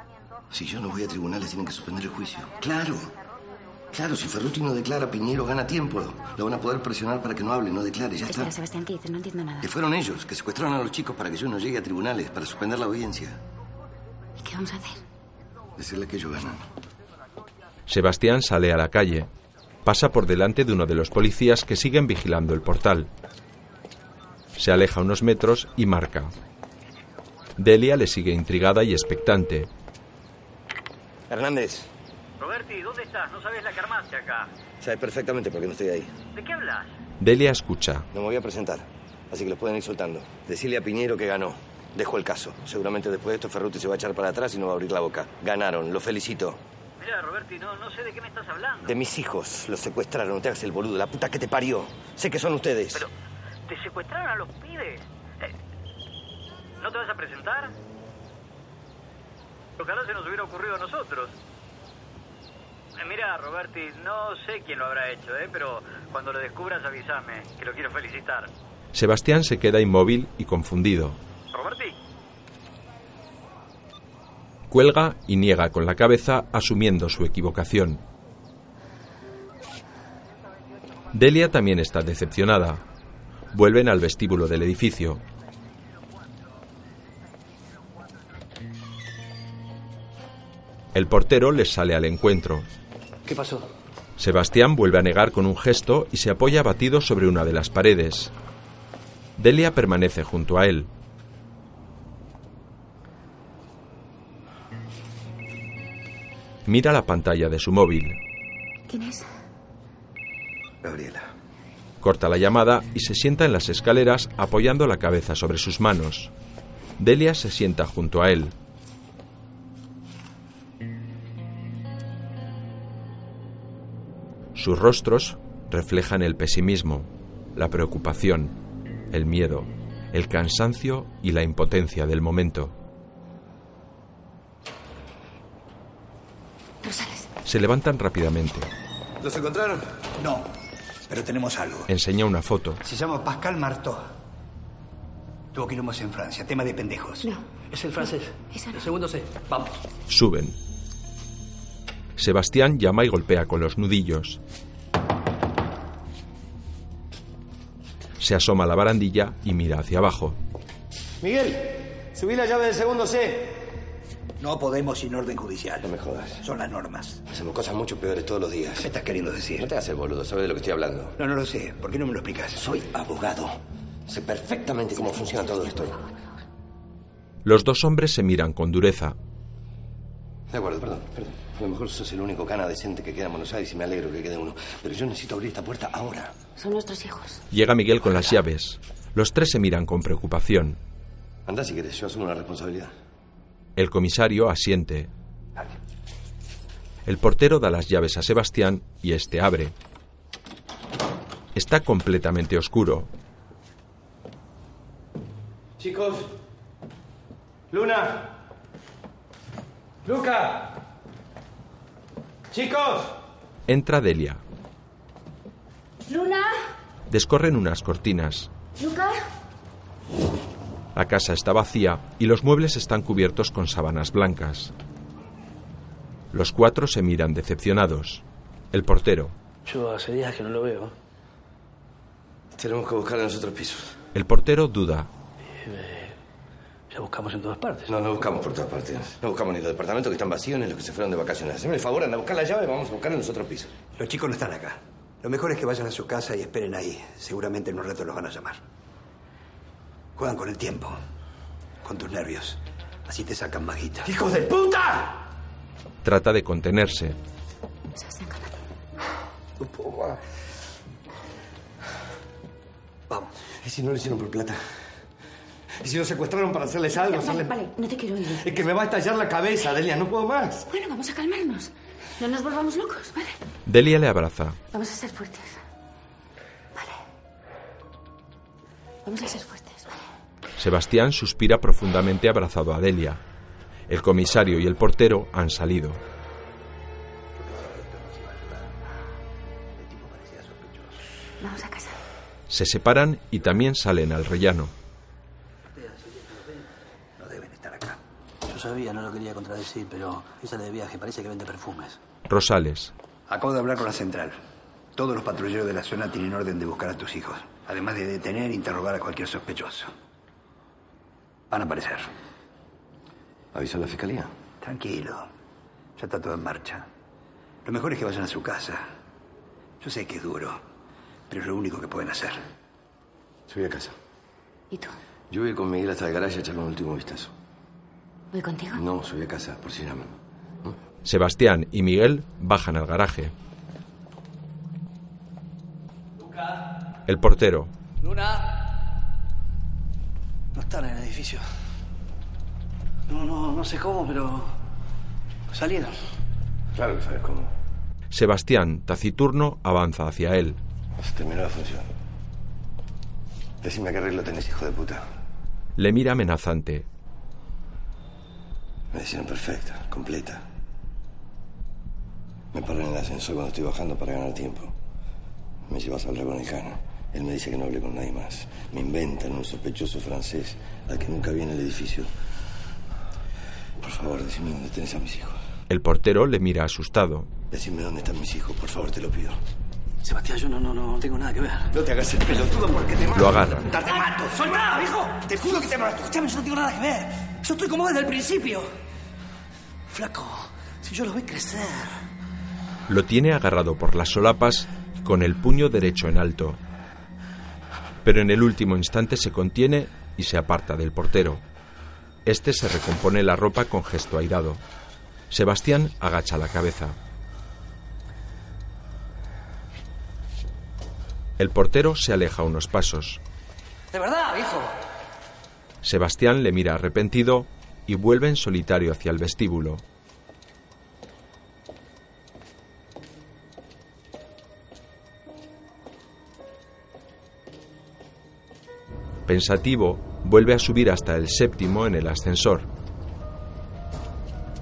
E: Si yo no voy a tribunales, tienen que suspender el juicio. Claro. Claro, si Ferruti no declara, Piñero gana tiempo. Lo van a poder presionar para que no hable, no declare, ya está.
K: Espera, Sebastián, ¿qué dices? No entiendo nada.
E: Que fueron ellos, que secuestraron a los chicos para que yo no llegue a tribunales, para suspender la audiencia.
K: ¿Y qué vamos a hacer?
E: Decirle que ellos ganan.
A: Sebastián sale a la calle. Pasa por delante de uno de los policías que siguen vigilando el portal. Se aleja unos metros y marca. Delia le sigue intrigada y expectante.
E: Hernández,
C: Roberti, ¿dónde estás? No sabes la que armaste acá.
E: sabes perfectamente por qué no estoy ahí.
C: ¿De qué hablas?
A: Delia escucha.
E: No me voy a presentar, así que los pueden ir soltando. Decirle a Piñero que ganó. Dejo el caso. Seguramente después de esto Ferruti se va a echar para atrás y no va a abrir la boca. Ganaron, lo felicito.
C: Mira, Roberti, no, no sé de qué me estás hablando.
E: De mis hijos, los secuestraron, no te hagas el boludo, la puta que te parió. Sé que son ustedes.
C: ¿Te secuestraron a los pibes? Eh, ¿No te vas a presentar? Ojalá se nos hubiera ocurrido a nosotros. Eh, Mira, Roberti, no sé quién lo habrá hecho, ¿eh? pero cuando lo descubras avísame, que lo quiero felicitar.
A: Sebastián se queda inmóvil y confundido.
C: Roberti,
A: Cuelga y niega con la cabeza asumiendo su equivocación. Delia también está decepcionada. Vuelven al vestíbulo del edificio. El portero les sale al encuentro.
G: ¿Qué pasó?
A: Sebastián vuelve a negar con un gesto y se apoya abatido sobre una de las paredes. Delia permanece junto a él. Mira la pantalla de su móvil,
K: ¿Quién es?
E: Gabriela.
A: corta la llamada y se sienta en las escaleras apoyando la cabeza sobre sus manos. Delia se sienta junto a él. Sus rostros reflejan el pesimismo, la preocupación, el miedo, el cansancio y la impotencia del momento.
K: Rosales.
A: Se levantan rápidamente.
E: ¿Los encontraron?
Q: No, pero tenemos algo.
A: Enseña una foto.
Q: Se llama Pascal Marteau. Tuvo quilombos en Francia, tema de pendejos.
G: No. Es el francés. El segundo C. Vamos.
A: Suben. Sebastián llama y golpea con los nudillos. Se asoma a la barandilla y mira hacia abajo.
Q: Miguel, subí la llave del segundo C. No podemos sin orden judicial. No me jodas. Son las normas.
E: Hacemos cosas mucho peores todos los días. ¿Qué me
Q: estás queriendo decir?
E: No te hagas el boludo, sabes de lo que estoy hablando.
Q: No, no lo sé. ¿Por qué no me lo explicas?
E: Soy abogado. Sé perfectamente cómo funciona todo esto.
A: Los dos hombres se miran con dureza.
E: De acuerdo, perdón, perdón. A lo mejor sos el único cana decente que queda en Buenos Aires y me alegro que quede uno. Pero yo necesito abrir esta puerta ahora.
K: Son nuestros hijos.
A: Llega Miguel con las llaves. Los tres se miran con preocupación.
E: Anda si querés, yo asumo la responsabilidad.
A: El comisario asiente. El portero da las llaves a Sebastián y este abre. Está completamente oscuro.
Q: Chicos. Luna. Luca. Chicos.
A: Entra Delia.
I: Luna,
A: Descorren unas cortinas.
I: Luca,
A: La casa está vacía y los muebles están cubiertos con sábanas blancas. Los cuatro se miran decepcionados. El portero.
G: Yo hace días que no lo veo.
E: Tenemos que buscarla en los otros pisos.
A: El portero duda.
E: La Eh, buscamos en todas partes. No, no buscamos por todas partes. No buscamos ni los departamentos que están vacíos ni los que se fueron de vacaciones. Hazme el favor, anda a buscar la llave y vamos a buscarla en los otros pisos.
N: Los chicos no están acá. Lo mejor es que vayan a su casa y esperen ahí. Seguramente en un rato los van a llamar. Juegan con el tiempo, con tus nervios. Así te sacan más guita. ¡Hijos de puta!
A: Trata de contenerse.
E: No puedo más. Vamos. ¿Y si no lo hicieron por plata? ¿Y si lo secuestraron para hacerles algo?
K: Mira, vale,
E: hacerle-
K: vale, no te quiero ir.
E: Es que me va a estallar la cabeza, Delia, no puedo más.
K: Bueno, vamos a calmarnos. No nos volvamos locos, ¿vale?
A: Delia le abraza.
K: Vamos a ser fuertes. Vale. Vamos a ser fuertes, ¿vale?
A: Sebastián suspira profundamente abrazado a Delia. El comisario y el portero han salido.
K: Vamos a casa.
A: Se separan y también salen al rellano.
L: Yo sabía, no lo quería contradecir, pero esa de viaje parece que vende perfumes.
A: Rosales.
N: Acabo de hablar con la central. Todos los patrulleros de la zona tienen orden de buscar a tus hijos. Además de detener e interrogar a cualquier sospechoso. Van a aparecer.
E: ¿Avisó la fiscalía?
N: Tranquilo. Ya está todo en marcha. Lo mejor es que vayan a su casa. Yo sé que es duro, pero es lo único que pueden hacer.
E: Subí a casa.
K: ¿Y tú?
E: Yo voy con Miguel hasta el garaje a echarle un último vistazo.
K: ¿Voy contigo?
E: No, subí a casa, por si llaman.
A: Sebastián y Miguel bajan al garaje. El portero.
L: Luna. No están en el edificio. No, no, no sé cómo, pero salieron.
E: Claro que sabes cómo.
A: Sebastián, taciturno, avanza hacia él.
E: Se terminó Pues la función. Decime qué arreglo tenés, hijo de puta.
A: Le mira amenazante.
E: Medicina perfecta, completa. Me paro en el ascensor cuando estoy bajando para ganar tiempo. Me llevas a hablar con el cano. Él me dice que no hable con nadie más. Me inventan un sospechoso francés al que nunca viene al edificio. Por favor, decime dónde tenés a mis hijos.
A: El portero le mira asustado.
E: Decime dónde están mis hijos, por favor, te lo pido.
L: Sebastián, yo no, no, no tengo nada que ver.
E: No te hagas el pelotudo porque te
A: Lo agarra.
L: Te mato. ¡Soltá, viejo! Te juro que te mato. Escuchame, yo no tengo nada que ver. Yo estoy como desde el principio. Flaco, si yo los vi crecer.
A: Lo tiene agarrado por las solapas con el puño derecho en alto. Pero en el último instante se contiene y se aparta del portero. Este se recompone la ropa con gesto airado. Sebastián agacha la cabeza. El portero se aleja unos pasos.
L: De verdad, viejo.
A: Sebastián le mira arrepentido y vuelve en solitario hacia el vestíbulo. Pensativo, vuelve a subir hasta el séptimo en el ascensor.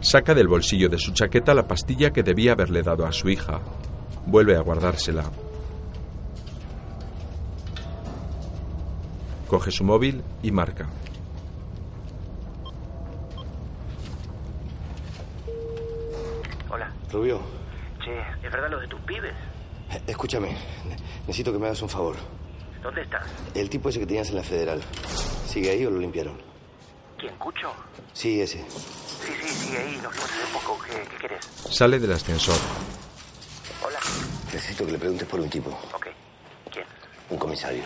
A: Saca del bolsillo de su chaqueta la pastilla que debía haberle dado a su hija. Vuelve a guardársela. Coge su móvil y marca.
E: Hola. Rubio,
C: Che, ¿es verdad lo de tus pibes?
E: eh, escúchame. Ne- Necesito que me hagas un favor.
C: ¿Dónde estás?
E: El tipo ese que tenías en la federal, ¿sigue ahí o lo limpiaron?
C: ¿Quién, Cucho?
E: Sí, ese.
C: Sí, sí, sí, ahí. Nos vemos en poco. ¿Qué, qué querés?
A: Sale del ascensor.
C: Hola.
E: Necesito que le preguntes por un tipo. Ok. ¿Quién? Un comisario.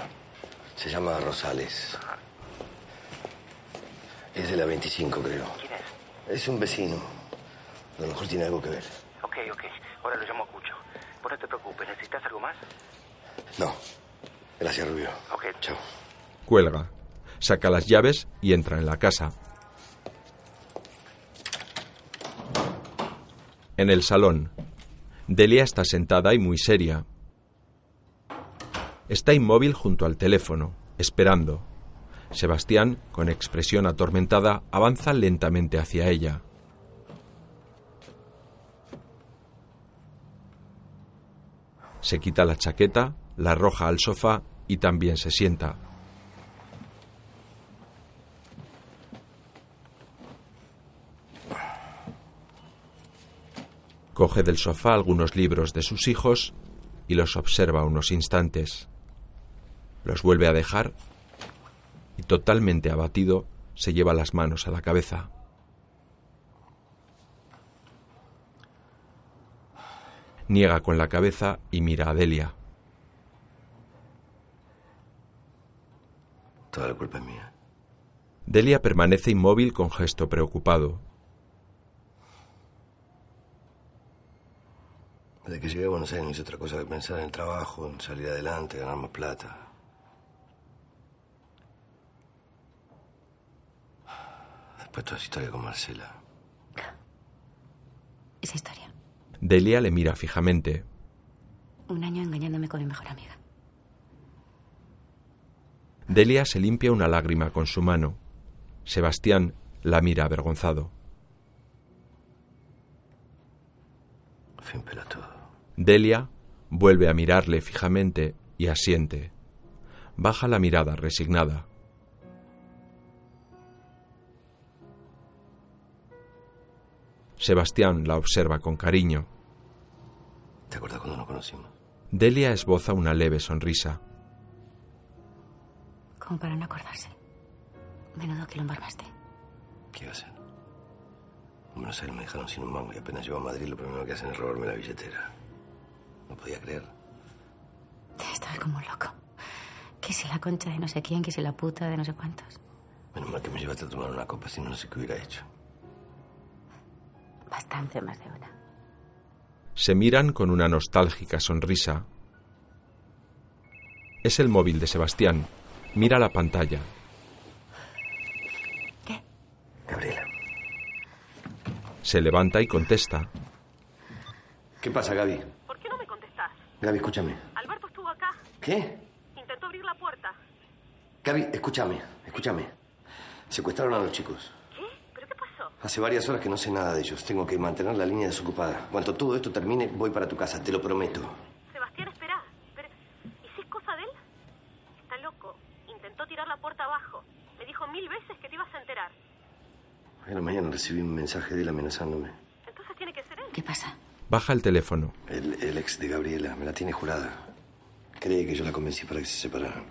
E: Se llama Rosales. Es de la 25, creo. ¿Quién es? Es un vecino. A lo mejor tiene algo que ver.
C: Ok, ok. Ahora lo llamo a Cucho. Vos no te preocupes. ¿Necesitas algo más?
E: No. Gracias, Rubio. Ok. Chao.
A: Cuelga. Saca las llaves y entra en la casa. En el salón. Delia está sentada y muy seria. Está inmóvil junto al teléfono, esperando. Sebastián, con expresión atormentada, avanza lentamente hacia ella. Se quita la chaqueta, la arroja al sofá y también se sienta. Coge del sofá algunos libros de sus hijos y los observa unos instantes. los vuelve a dejar y totalmente abatido se lleva las manos a la cabeza. Niega con la cabeza y mira a Delia.
E: Toda la culpa es mía.
A: Delia permanece inmóvil con gesto preocupado.
E: Desde que llegué a Buenos Aires no hice otra cosa que pensar en el trabajo, en salir adelante, ganar más plata. Después toda esa historia con Marcela.
K: Esa historia.
A: Delia le mira fijamente.
K: Un año engañándome con mi mejor amiga.
A: Delia se limpia una lágrima con su mano. Sebastián la mira avergonzado.
E: Fin pelotudo.
A: Delia vuelve a mirarle fijamente y asiente. Baja la mirada resignada. Sebastián la observa con cariño.
E: ¿Te acuerdas cuando nos conocimos?
A: Delia esboza una leve sonrisa.
K: Como para no acordarse. Menudo que lo embarbaste.
E: ¿Qué iba a hacer? En Buenos Aires me dejaron sin un mango y apenas llego a Madrid lo primero que hacen es robarme la billetera. No podía creer.
K: Estaba como un loco. Que si la concha de no sé quién, que si la puta de no sé cuántos.
E: Menos mal que me llevaste a tomar una copa, si no, no sé qué hubiera hecho.
K: Bastante más de una.
A: Se miran con una nostálgica sonrisa. Es el móvil de Sebastián. Mira la pantalla.
E: Gabriela.
A: Se levanta y contesta.
E: ¿Qué pasa, Gaby?
F: ¿Por qué no me contestás?
E: Gaby, escúchame.
F: Alberto estuvo acá.
E: ¿Qué?
F: Intentó abrir la puerta.
E: Gaby, escúchame, escúchame. Secuestraron a los chicos.
F: ¿Qué? ¿Pero qué pasó?
E: Hace varias horas que no sé nada de ellos. Tengo que mantener la línea desocupada. Cuanto todo esto termine, voy para tu casa, te lo prometo.
F: Sebastián, espera. Pero, ¿Y si es cosa de él? Está loco. Intentó tirar la puerta abajo. Me dijo mil veces que te ibas a enterar.
E: Ayer a la mañana recibí un mensaje de él amenazándome.
F: Entonces tiene que ser él.
K: ¿Qué pasa?
A: Baja el teléfono.
E: El, el ex de Gabriela me la tiene jurada. Cree que yo la convencí para que se separaran.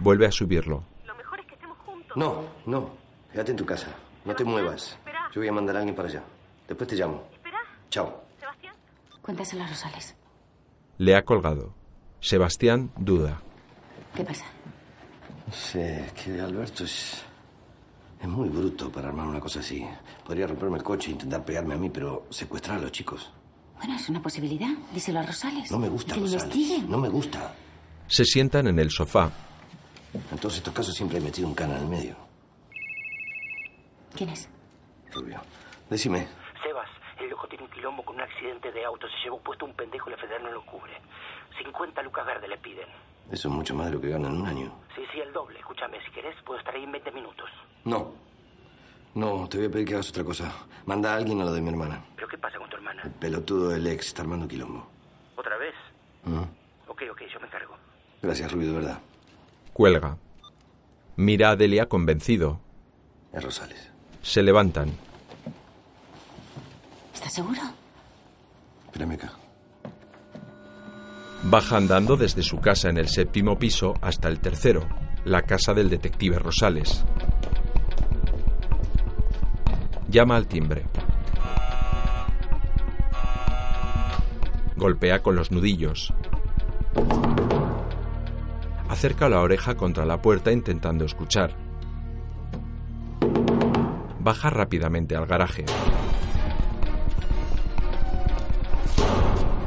A: Vuelve a subirlo.
F: Lo mejor es que estemos juntos.
E: No, no. Quédate en tu casa. No te muevas.
F: Esperá.
E: Yo voy a mandar a alguien para allá. Después te llamo.
F: Espera,
E: Chao.
F: Sebastián.
K: Cuéntaselo a Rosales.
A: Le ha colgado. Sebastián duda.
K: ¿Qué pasa?
E: No sé, que Alberto es. Es muy bruto para armar una cosa así. Podría romperme el coche e intentar pegarme a mí, pero secuestrar a los chicos.
K: Bueno, es una posibilidad. Díselo a Rosales.
E: No me gusta,
K: Que lo
E: Rosales.
K: investiguen.
E: No me gusta.
A: Se sientan en el sofá.
E: En todos estos casos siempre he metido un cana en el medio.
K: ¿Quién es?
E: Rubio. Decime,
R: Sebas, el loco tiene un quilombo con un accidente de auto. Se llevó puesto un pendejo y la federal no lo cubre. 50 lucas verdes le piden.
E: eso es mucho más de lo que gano en un año.
R: Sí, sí, el doble. Escúchame, si querés, puedo estar ahí en 20 minutos.
E: No. No, te voy a pedir que hagas otra cosa. Manda a alguien a lo de mi hermana.
R: ¿Pero qué pasa con tu hermana?
E: El pelotudo del ex está armando quilombo.
R: ¿Otra vez?
E: Mm.
R: Ok, ok, yo me encargo.
E: Gracias, Rubio, de verdad.
A: Cuelga. Mira a Delia convencido.
E: Es Rosales.
A: Se levantan.
K: ¿Estás seguro?
E: Espérame acá.
A: Baja andando desde su casa en el séptimo piso hasta el tercero, la casa del detective Rosales. Llama al timbre. Golpea con los nudillos. Acerca la oreja contra la puerta intentando escuchar. Baja rápidamente al garaje.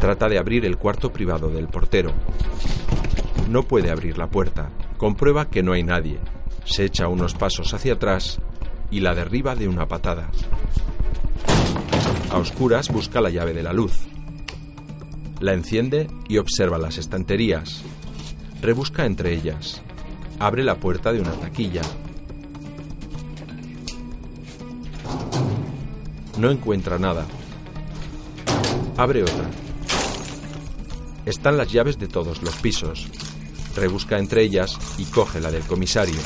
A: Trata de abrir el cuarto privado del portero. No puede abrir la puerta. Comprueba que no hay nadie. Se echa unos pasos hacia atrás y la derriba de una patada. A oscuras busca la llave de la luz. La enciende y observa las estanterías. Rebusca entre ellas. Abre la puerta de una taquilla. No encuentra nada. Abre otra. Están las llaves de todos los pisos. Rebusca entre ellas y coge la del comisario.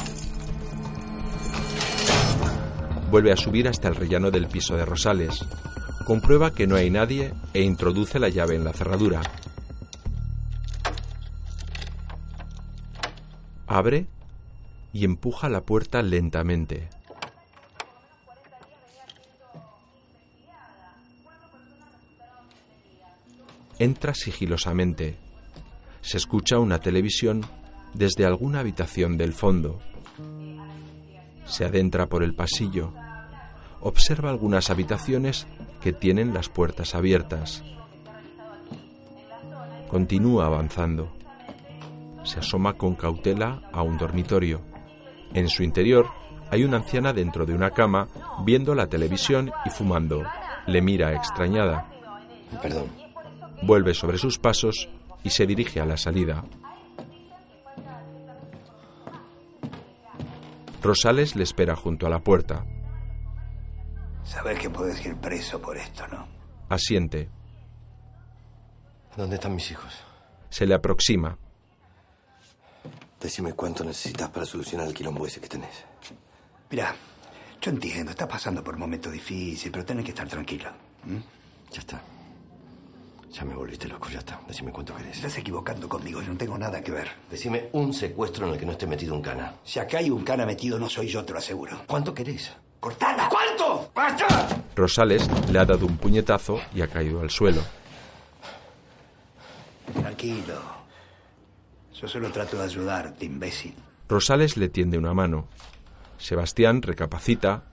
A: Vuelve a subir hasta el rellano del piso de Rosales. Comprueba que no hay nadie e introduce la llave en la cerradura. Abre y empuja la puerta lentamente. Entra sigilosamente. Se escucha una televisión desde alguna habitación del fondo. Se adentra por el pasillo. Observa algunas habitaciones que tienen las puertas abiertas. Continúa avanzando. Se asoma con cautela a un dormitorio. En su interior hay una anciana dentro de una cama viendo la televisión y fumando. Le mira extrañada.
E: Perdón.
A: Vuelve sobre sus pasos y se dirige a la salida. Rosales le espera junto a la puerta.
N: Sabes que puedes ir preso por esto, ¿no?
A: Asiente.
E: ¿Dónde están mis hijos?
A: Se le aproxima.
E: Decime cuánto necesitas para solucionar el quilombo ese que tenés.
N: Mira, yo entiendo, estás pasando por un momento difícil, pero tenés que estar tranquilo.
A: ¿Mm?
E: Ya está. Ya me volviste loco, ya está. Decime cuánto querés.
N: Estás equivocando conmigo, yo no tengo nada que ver.
E: Decime un secuestro en el que no esté metido un cana.
N: Si acá hay un cana metido, no soy yo, te lo aseguro.
E: ¿Cuánto querés?
N: ¡Cortala! ¿Cuánto? ¡Basta!
A: Rosales le ha dado un puñetazo y ha caído al suelo.
N: Tranquilo. Yo solo trato de ayudarte, imbécil.
A: Rosales le tiende una mano. Sebastián recapacita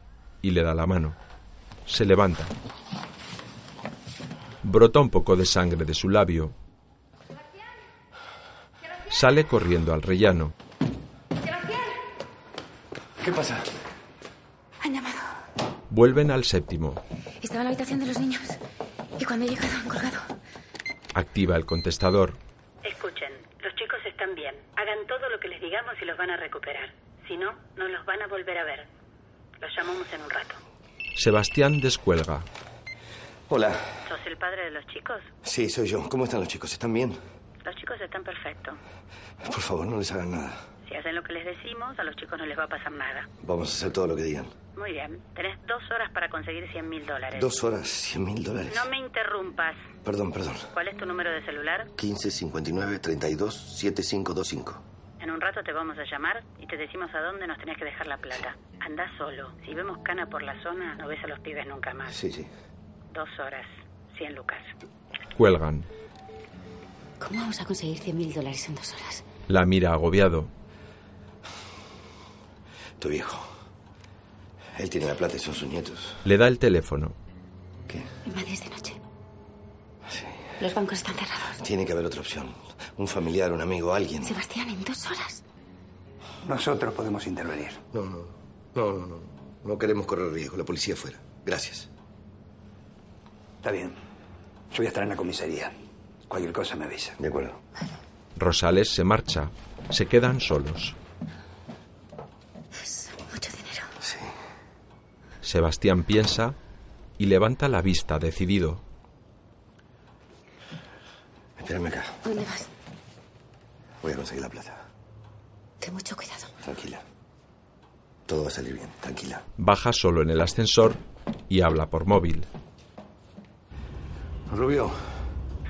A: y le da la mano. Se levanta. Brota un poco de sangre de su labio. Sale corriendo al rellano.
N: ¿Qué pasa?
H: Han llamado.
A: Vuelven al séptimo.
H: Estaba en la habitación de los niños. Y cuando he llegado, han colgado.
A: Activa el contestador.
S: Escuchen, los chicos están bien. Hagan todo lo que les digamos y los van a recuperar. Si no, no los van a volver a ver. Los llamamos en un rato.
A: Sebastián descuelga.
E: Hola.
S: ¿Sos el padre de los chicos?
E: Sí, soy yo. ¿Cómo están los chicos? ¿Están bien?
S: Los chicos están perfectos.
E: Por favor, no les hagan nada.
S: Si hacen lo que les decimos, a los chicos no les va a pasar nada.
E: Vamos a hacer todo lo que digan.
S: Muy bien. Tenés dos horas para conseguir 100 mil
R: Eh.
S: dólares.
E: Dos horas, 100 mil dólares.
S: No me interrumpas.
E: Perdón, perdón.
S: ¿Cuál es tu número de celular?
E: 15 59 32 7525.
S: En un rato te vamos a llamar y te decimos a dónde nos tenés que dejar la plata. Andá solo. Si vemos cana por la zona, no ves a los pibes nunca más.
E: Sí, sí.
S: Dos horas, 100 lucas.
A: Cuelgan.
K: ¿Cómo vamos a conseguir 100 mil dólares en dos horas?
A: La mira agobiado.
E: Tu viejo. Él tiene la plata y son sus nietos.
A: Le da el teléfono.
K: Invadís de noche.
E: Sí.
K: Los bancos están cerrados.
E: Tiene que haber otra opción. Un familiar, un amigo, alguien.
K: Sebastián, en dos horas.
N: Nosotros podemos intervenir.
E: No, no. No, no, no. No queremos correr riesgo. La policía fuera. Gracias.
N: Está bien. Yo voy a estar en la comisaría. Cualquier cosa me avisa.
E: De acuerdo.
A: Rosales se marcha. Se quedan solos.
K: Es mucho dinero.
E: Sí.
A: Sebastián piensa y levanta la vista decidido.
E: Espérame acá.
K: ¿Dónde vas?
E: Voy a conseguir la plata.
K: Ten mucho cuidado.
E: Tranquila. Todo va a salir bien. Tranquila.
A: Baja solo en el ascensor y habla por móvil.
E: Rubio.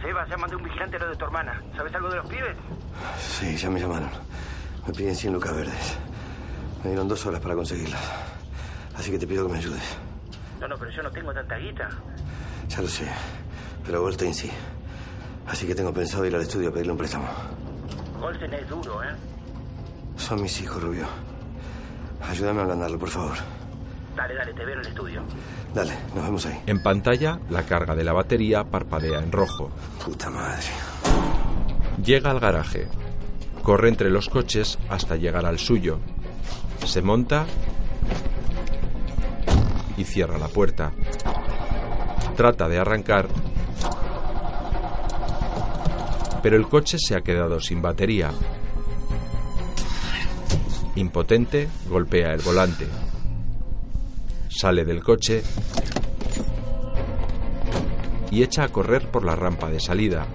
C: Seba, ya mandé un vigilante a lo de tu hermana. ¿Sabes algo de los pibes?
E: Sí, ya me llamaron. Me piden 100 lucas verdes. Me dieron dos horas para conseguirlas. Así que te pido que me ayudes.
C: No, no, pero yo no tengo tanta guita.
E: Ya lo sé. Pero Goldstein sí. Así que tengo pensado ir al estudio a pedirle un préstamo.
C: Golden es duro, ¿eh?
E: Son mis hijos, Rubio. Ayúdame a ablandarlo, por favor.
C: Dale, dale, te veo en el estudio.
E: Dale, nos vemos ahí.
A: En pantalla, la carga de la batería parpadea en rojo.
E: Puta madre.
A: Llega al garaje. Corre entre los coches hasta llegar al suyo. Se monta y cierra la puerta. Trata de arrancar, pero el coche se ha quedado sin batería. Impotente, golpea el volante. Sale del coche y echa a correr por la rampa de salida.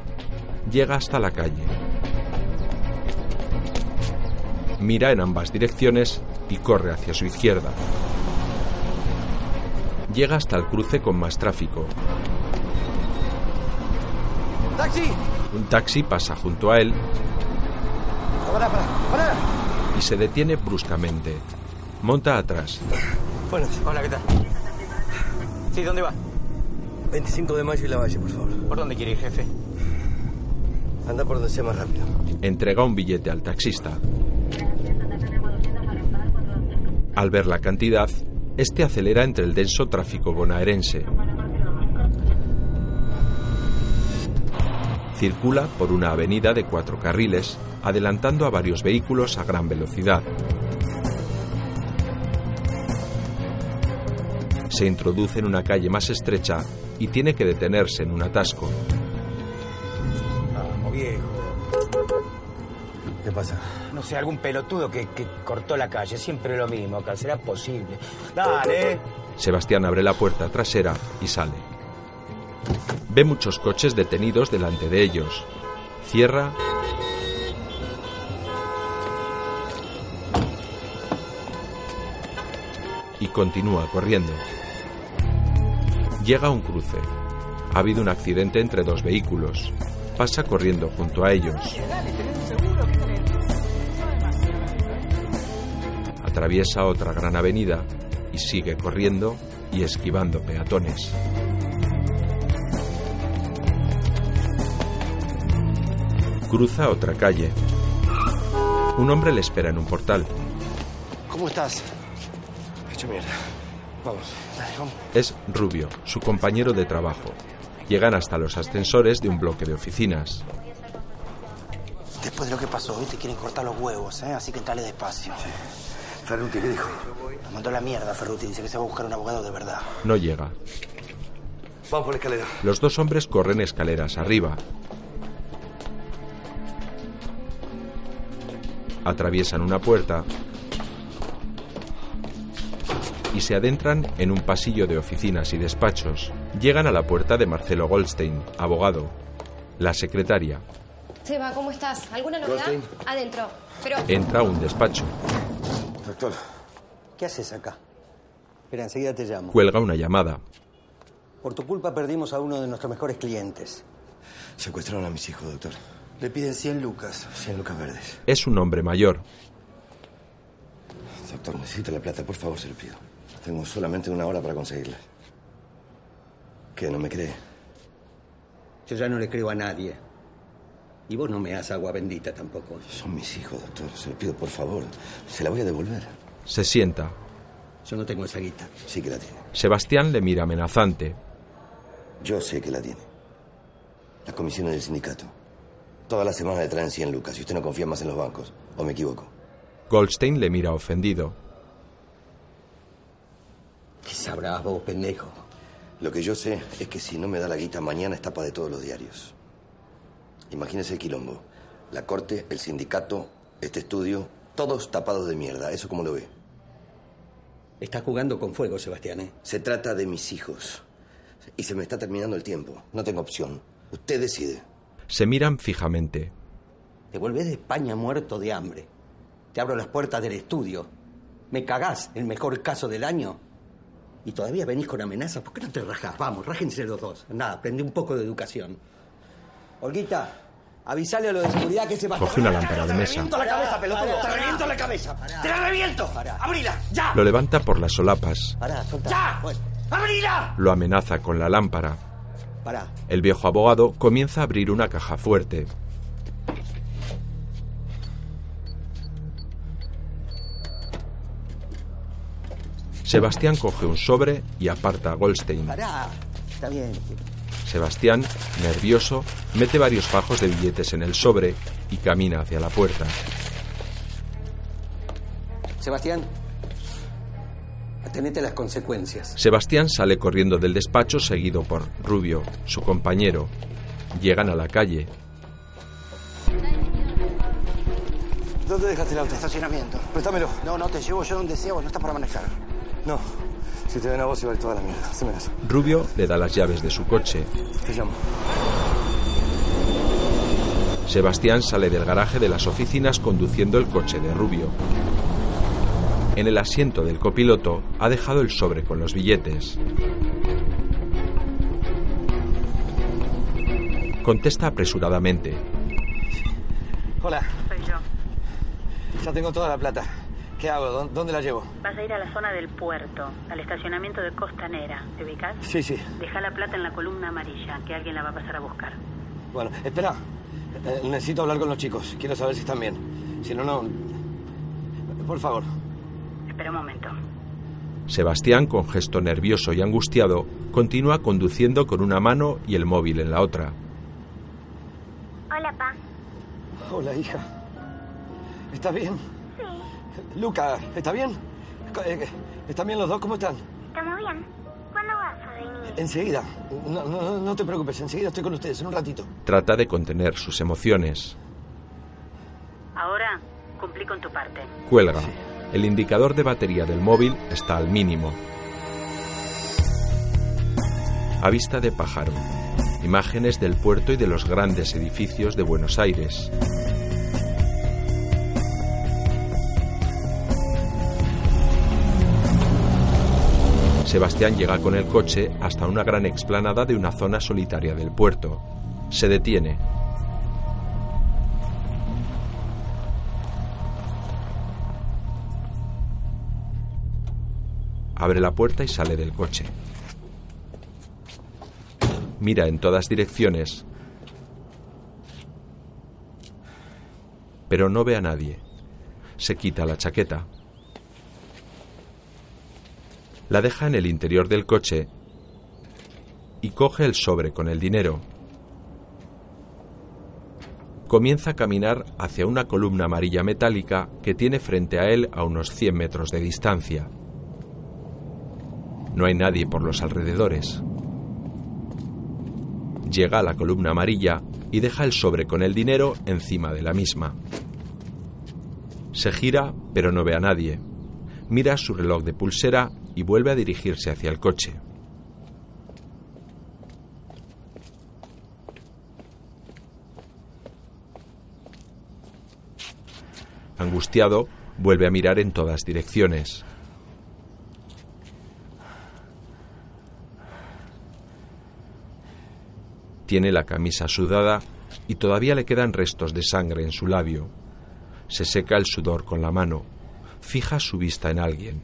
A: Llega hasta la calle. Mira en ambas direcciones y corre hacia su izquierda. Llega hasta el cruce con más tráfico.
Q: ¡Taxi!
A: Un taxi pasa junto a él
Q: ¡Para, para, para!
A: y se detiene bruscamente. Monta atrás.
Q: Bueno, hola, ¿qué tal? Sí, ¿dónde va? 25 de mayo y la valle, por favor. ¿Por dónde quiere ir, jefe? Anda por donde sea más rápido.
A: Entrega un billete al taxista. Al ver la cantidad, este acelera entre el denso tráfico bonaerense. Circula por una avenida de cuatro carriles, adelantando a varios vehículos a gran velocidad. Se introduce en una calle más estrecha y tiene que detenerse en un atasco.
Q: Vamos, viejo.
E: ¿Qué pasa?
Q: No sé, algún pelotudo que, que cortó la calle. Siempre lo mismo acá. Será posible. Dale.
A: Sebastián abre la puerta trasera y sale. Ve muchos coches detenidos delante de ellos. Cierra. Y continúa corriendo. Llega a un cruce. Ha habido un accidente entre dos vehículos. Pasa corriendo junto a ellos. Atraviesa otra gran avenida y sigue corriendo y esquivando peatones. Cruza otra calle. Un hombre le espera en un portal.
Q: ¿Cómo estás?
E: Hecho mierda. Vamos.
Q: Dale, vamos.
A: Es Rubio, su compañero de trabajo. Llegan hasta los ascensores de un bloque de oficinas.
Q: Después de lo que pasó hoy te quieren cortar los huevos, ¿eh? Así que entrale despacio.
E: Ferruti, ¿qué dijo?
Q: Nos mandó la mierda, Ferruti. Dice que se va a buscar un abogado de verdad.
A: No llega.
E: Vamos por la escalera.
A: Los dos hombres corren escaleras arriba. Atraviesan una puerta y se adentran en un pasillo de oficinas y despachos. Llegan a la puerta de Marcelo Goldstein, abogado. La secretaria
T: Seba, ¿cómo estás? ¿Alguna novedad?
E: Goldstein.
T: Adentro. Pero.
E: Eh.
A: entra a un despacho,
E: Doctor.
Q: ¿Qué haces acá? Espera, enseguida te llamo.
A: cuelga una llamada.
Q: Por tu culpa perdimos a uno de nuestros mejores clientes.
E: Secuestraron a mis hijos, doctor.
Q: Le piden 100 lucas.
E: 100 lucas verdes.
A: Es un hombre mayor.
E: Doctor, necesito la plata, por favor, se lo pido. Tengo solamente una hora para conseguirla. ¿Qué, no me cree?
Q: Yo ya no le creo a nadie. Y vos no me das agua bendita tampoco.
E: Son mis hijos, doctor. Se lo pido, por favor. Se la voy a devolver.
A: Se sienta.
Q: Yo no tengo esa guita.
E: Sí que la tiene.
A: Sebastián le mira amenazante.
E: Yo sé que la tiene. Las comisiones del sindicato. Todas las semanas le traen 100 lucas y usted no confía más en los bancos. ¿O me equivoco?
A: Goldstein le mira ofendido.
Q: ¿Qué sabrás vos, pendejo?
E: Lo que yo sé es que si no me da la guita mañana es tapa de todos los diarios. Imagínese el quilombo. La corte, el sindicato, este estudio, todos tapados de mierda. ¿Eso cómo lo ve?
Q: Estás jugando con fuego, Sebastián, ¿eh?
E: Se trata de mis hijos. Y se me está terminando el tiempo. No tengo opción. Usted decide.
A: Se miran fijamente.
Q: Te volvés de España muerto de hambre. Te abro las puertas del estudio. Me cagás, el mejor caso del año. Y todavía venís con amenazas. ¿Por qué no te rajás? Vamos, rájense los dos. Nada, aprende un poco de educación. Olguita, avisale a lo de seguridad que se va
A: Coge una lámpara de
Q: Te
A: mesa.
Q: reviento la cabeza, pelotudo. Te reviento la cabeza. Te la reviento. Abrila. Ya.
A: Lo levanta por las solapas.
Q: Pará, soltá. ¡Ya! ¡Abrila!
A: Lo amenaza con la lámpara.
Q: Pará.
A: El viejo abogado comienza a abrir una caja fuerte. Sebastián coge un sobre y aparta a Goldstein.
Q: Pará. Está bien.
A: Sebastián, nervioso, mete varios fajos de billetes en el sobre y camina hacia la puerta.
Q: Sebastián, atenete a las consecuencias.
A: Sebastián sale corriendo del despacho seguido por Rubio, su compañero. Llegan a la calle.
Q: ¿Dónde dejaste el auto? Estacionamiento. Préstamelo. No, no, te llevo yo donde sea, vos no estás para manejar.
E: No. Si te ven a vos, se va a ir toda la mierda. Se me das.
A: Rubio le da las llaves de su coche.
E: Te llamo.
A: Sebastián sale del garaje de las oficinas conduciendo el coche de Rubio. En el asiento del copiloto ha dejado el sobre con los billetes. Contesta apresuradamente.
Q: Hola.
U: Soy yo. Ya tengo toda la plata. ¿Qué hago? ¿Dó- ¿Dónde la llevo?
S: Vas a ir a la zona del puerto, al estacionamiento de Costanera. ¿Te ubicas?
U: Sí, sí.
S: Deja la plata en la columna amarilla, que alguien la va a pasar a buscar.
U: Bueno, espera. Eh, necesito hablar con los chicos. Quiero saber si están bien. Si no, no. Por favor.
S: Espera un momento.
A: Sebastián, con gesto nervioso y angustiado, continúa conduciendo con una mano y el móvil en la otra.
I: Hola, pa.
U: Hola, hija. ¿Estás bien? Sí. Luca, ¿está bien? Co- eh, ¿Están bien los dos? ¿Cómo están?
I: Estamos bien. ¿Cuándo vas a venir?
U: Enseguida. No, no, no te preocupes. Enseguida estoy con ustedes. En un ratito.
A: Trata de contener sus emociones.
S: Ahora, cumplí con tu parte.
A: Cuelga. El indicador de batería del móvil está al mínimo. A vista de pájaro. Imágenes del puerto y de los grandes edificios de Buenos Aires. Sebastián llega con el coche hasta una gran explanada de una zona solitaria del puerto. Se detiene. Abre la puerta y sale del coche. Mira en todas direcciones. Pero no ve a nadie. Se quita la chaqueta. La deja en el interior del coche y coge el sobre con el dinero. Comienza a caminar hacia una columna amarilla metálica que tiene frente a él a unos 100 metros de distancia. No hay nadie por los alrededores. Llega a la columna amarilla y deja el sobre con el dinero encima de la misma. Se gira, pero no ve a nadie. Mira su reloj de pulsera y vuelve a dirigirse hacia el coche. Angustiado, vuelve a mirar en todas direcciones. Tiene la camisa sudada y todavía le quedan restos de sangre en su labio. Se seca el sudor con la mano. Fija su vista en alguien.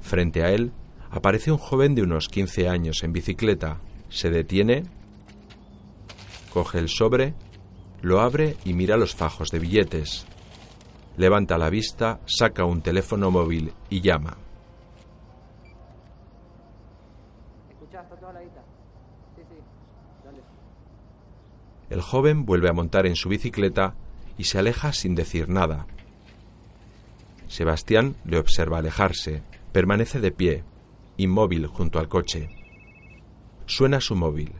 A: Frente a él aparece un joven de unos 15 años en bicicleta. Se detiene, coge el sobre, lo abre y mira los fajos de billetes. Levanta la vista, saca un teléfono móvil y llama.
V: Escuchá, está toda la guita. Sí, sí, dale.
A: El joven vuelve a montar en su bicicleta y se aleja sin decir nada. Sebastián le observa alejarse, permanece de pie, inmóvil junto al coche. Suena su móvil.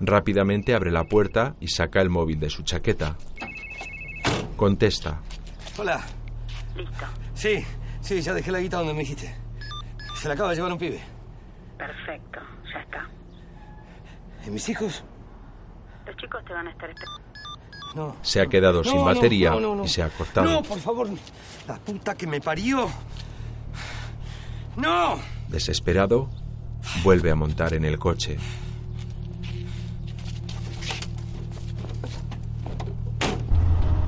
A: Rápidamente abre la puerta y saca el móvil de su chaqueta. Contesta.
U: Hola. Listo. Sí, sí, ya dejé la guita donde me dijiste. Se la acaba de llevar un pibe.
S: Perfecto, ya está.
U: ¿Y mis hijos?
S: Los chicos te van a estar esperando.
U: No.
A: Se ha quedado
U: No,
A: sin
U: no,
A: batería
U: no, no, no.
A: y se ha cortado.
U: No, por favor. La puta que me parió. No.
A: Desesperado, vuelve a montar en el coche.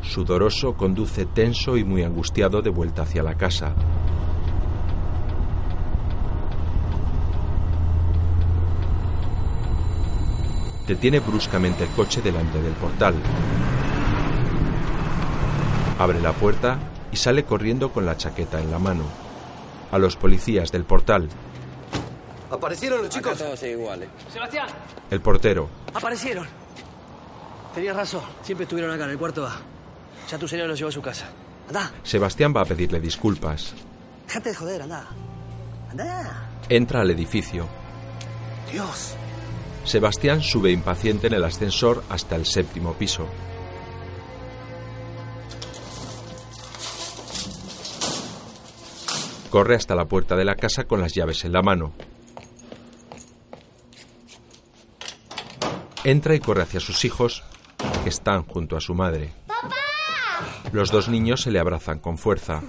A: Sudoroso conduce tenso y muy angustiado de vuelta hacia la casa. Detiene bruscamente el coche delante del portal. Abre la puerta y sale corriendo con la chaqueta en la mano. A los policías del portal,
U: ¿Aparecieron los chicos? todos iguales.
G: Sebastián,
A: el portero,
L: Aparecieron. Tenías razón. Siempre estuvieron acá en el cuarto A. Ya tu señor los llevó a su casa. Andá,
A: Sebastián va a pedirle disculpas.
L: dejate de joder, andá. Andá.
A: Entra al edificio.
L: Dios.
A: Sebastián sube impaciente en el ascensor hasta el séptimo piso. Corre hasta la puerta de la casa con las llaves en la mano. Entra y corre hacia sus hijos, que están junto a su madre. Los dos niños se le abrazan con fuerza.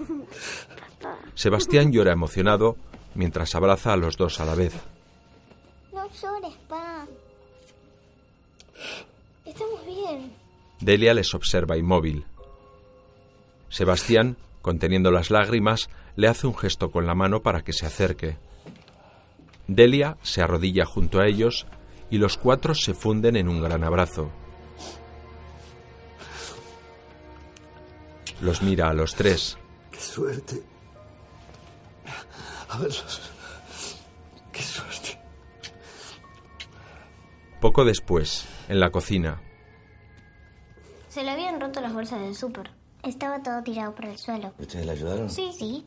A: Sebastián llora emocionado mientras abraza a los dos a la vez.
I: No llores, pa. Estamos bien.
A: Delia les observa inmóvil. Sebastián, conteniendo las lágrimas, le hace un gesto con la mano para que se acerque. Delia se arrodilla junto a ellos y los cuatro se funden en un gran abrazo. Los mira a los tres.
J: Qué suerte. A verlos. Qué suerte.
A: Poco después, en la cocina,
I: Se le habían roto las bolsas del súper. Estaba todo tirado por el suelo.
E: ¿Ustedes la ayudaron?
I: Sí. Sí.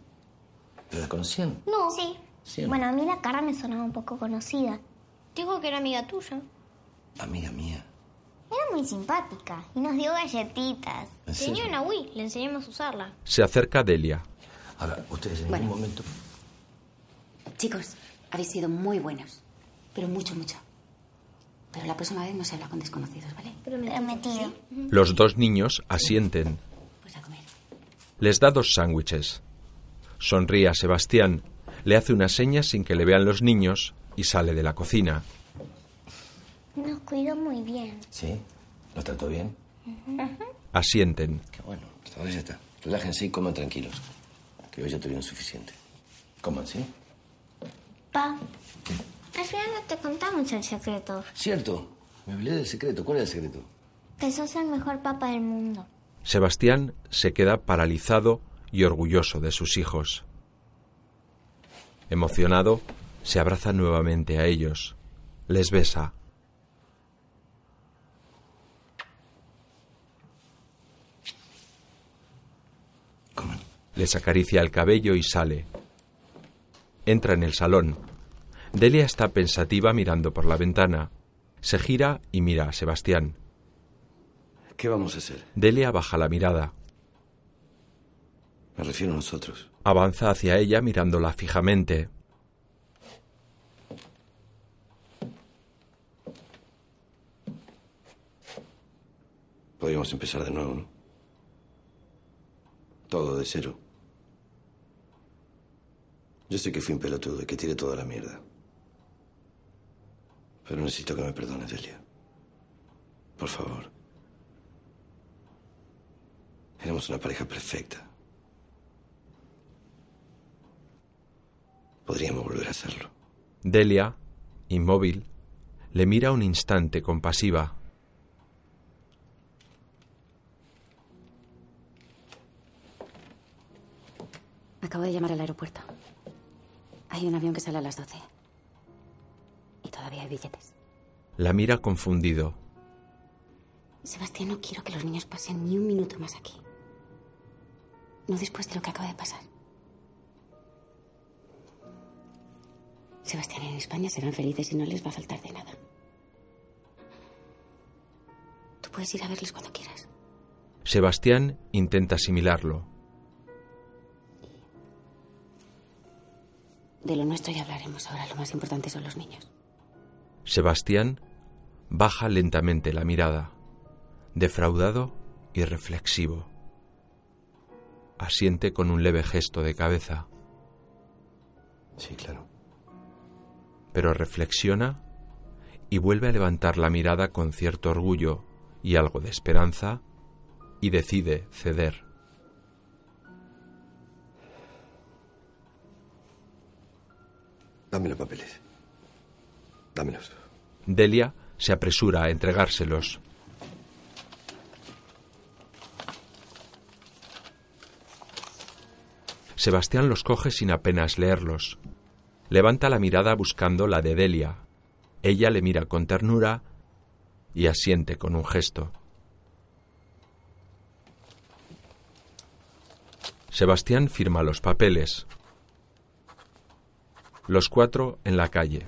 E: ¿Pero la conocían?
I: No. Sí.
E: Sí.
I: Bueno, a mí la cara me sonaba un poco conocida. Dijo que era amiga tuya.
E: Amiga mía.
I: Era muy simpática y nos dio galletitas.
E: ¿En
I: Tenía
E: serio?
I: una Wii, le enseñamos a usarla.
A: se acerca Delia.
E: Ahora, ustedes en
K: Bueno.
E: un momento.
K: Chicos, habéis sido muy buenos. Pero mucho, mucho. Pero la próxima vez no se habla con desconocidos, ¿vale?
I: Prometido.
A: Los dos niños asienten. Les da dos sándwiches. Sonríe a Sebastián, le hace una seña sin que le vean los niños y sale de la cocina.
I: Nos cuidó muy bien.
E: ¿Sí? ¿Los trató bien?
A: Asienten.
E: Qué bueno. Ahora ya está. Relájense y coman tranquilos. Que hoy ya tuvieron suficiente. Coman, ¿sí?
I: Pa. Al final no te contamos el secreto.
E: Cierto. Me olvidé del secreto. ¿Cuál era el secreto?
I: Que sos el mejor papá del mundo.
A: Sebastián se queda paralizado y orgulloso de sus hijos. Emocionado, se abraza nuevamente a ellos. Les besa. Les acaricia el cabello y sale. Entra en el salón. Delia está pensativa mirando por la ventana. Se gira y mira a Sebastián.
E: ¿Qué vamos a hacer?
A: Delia baja la mirada.
E: Me refiero a nosotros.
A: Avanza hacia ella mirándola fijamente.
E: Podríamos empezar de nuevo, ¿no? Todo de cero. Yo sé que fui un pelotudo y que tiré toda la mierda. Pero necesito que me perdones, Delia. Por favor. Éramos una pareja perfecta. Podríamos volver a hacerlo.
A: Delia, inmóvil, le mira un instante compasiva.
K: Acabo de llamar al aeropuerto. Hay un avión que sale a las 12. Y todavía hay billetes.
A: La mira confundido.
K: Sebastián, no quiero que los niños pasen ni un minuto más aquí. No después de lo que acaba de pasar. Sebastián, en España serán felices y no les va a faltar de nada. Tú puedes ir a verlos cuando quieras.
A: Sebastián intenta asimilarlo.
K: De lo nuestro ya hablaremos ahora. Lo más importante son los niños.
A: Sebastián baja lentamente la mirada, defraudado y reflexivo. Asiente con un leve gesto de cabeza.
E: Sí, claro.
A: pero reflexiona y vuelve a levantar la mirada con cierto orgullo y algo de esperanza y decide ceder.
E: Dame los papeles. Dámelos.
A: Delia se apresura a entregárselos. Sebastián los coge sin apenas leerlos. Levanta la mirada buscando la de Delia. Ella le mira con ternura y asiente con un gesto. Sebastián firma los papeles. Los cuatro en la calle.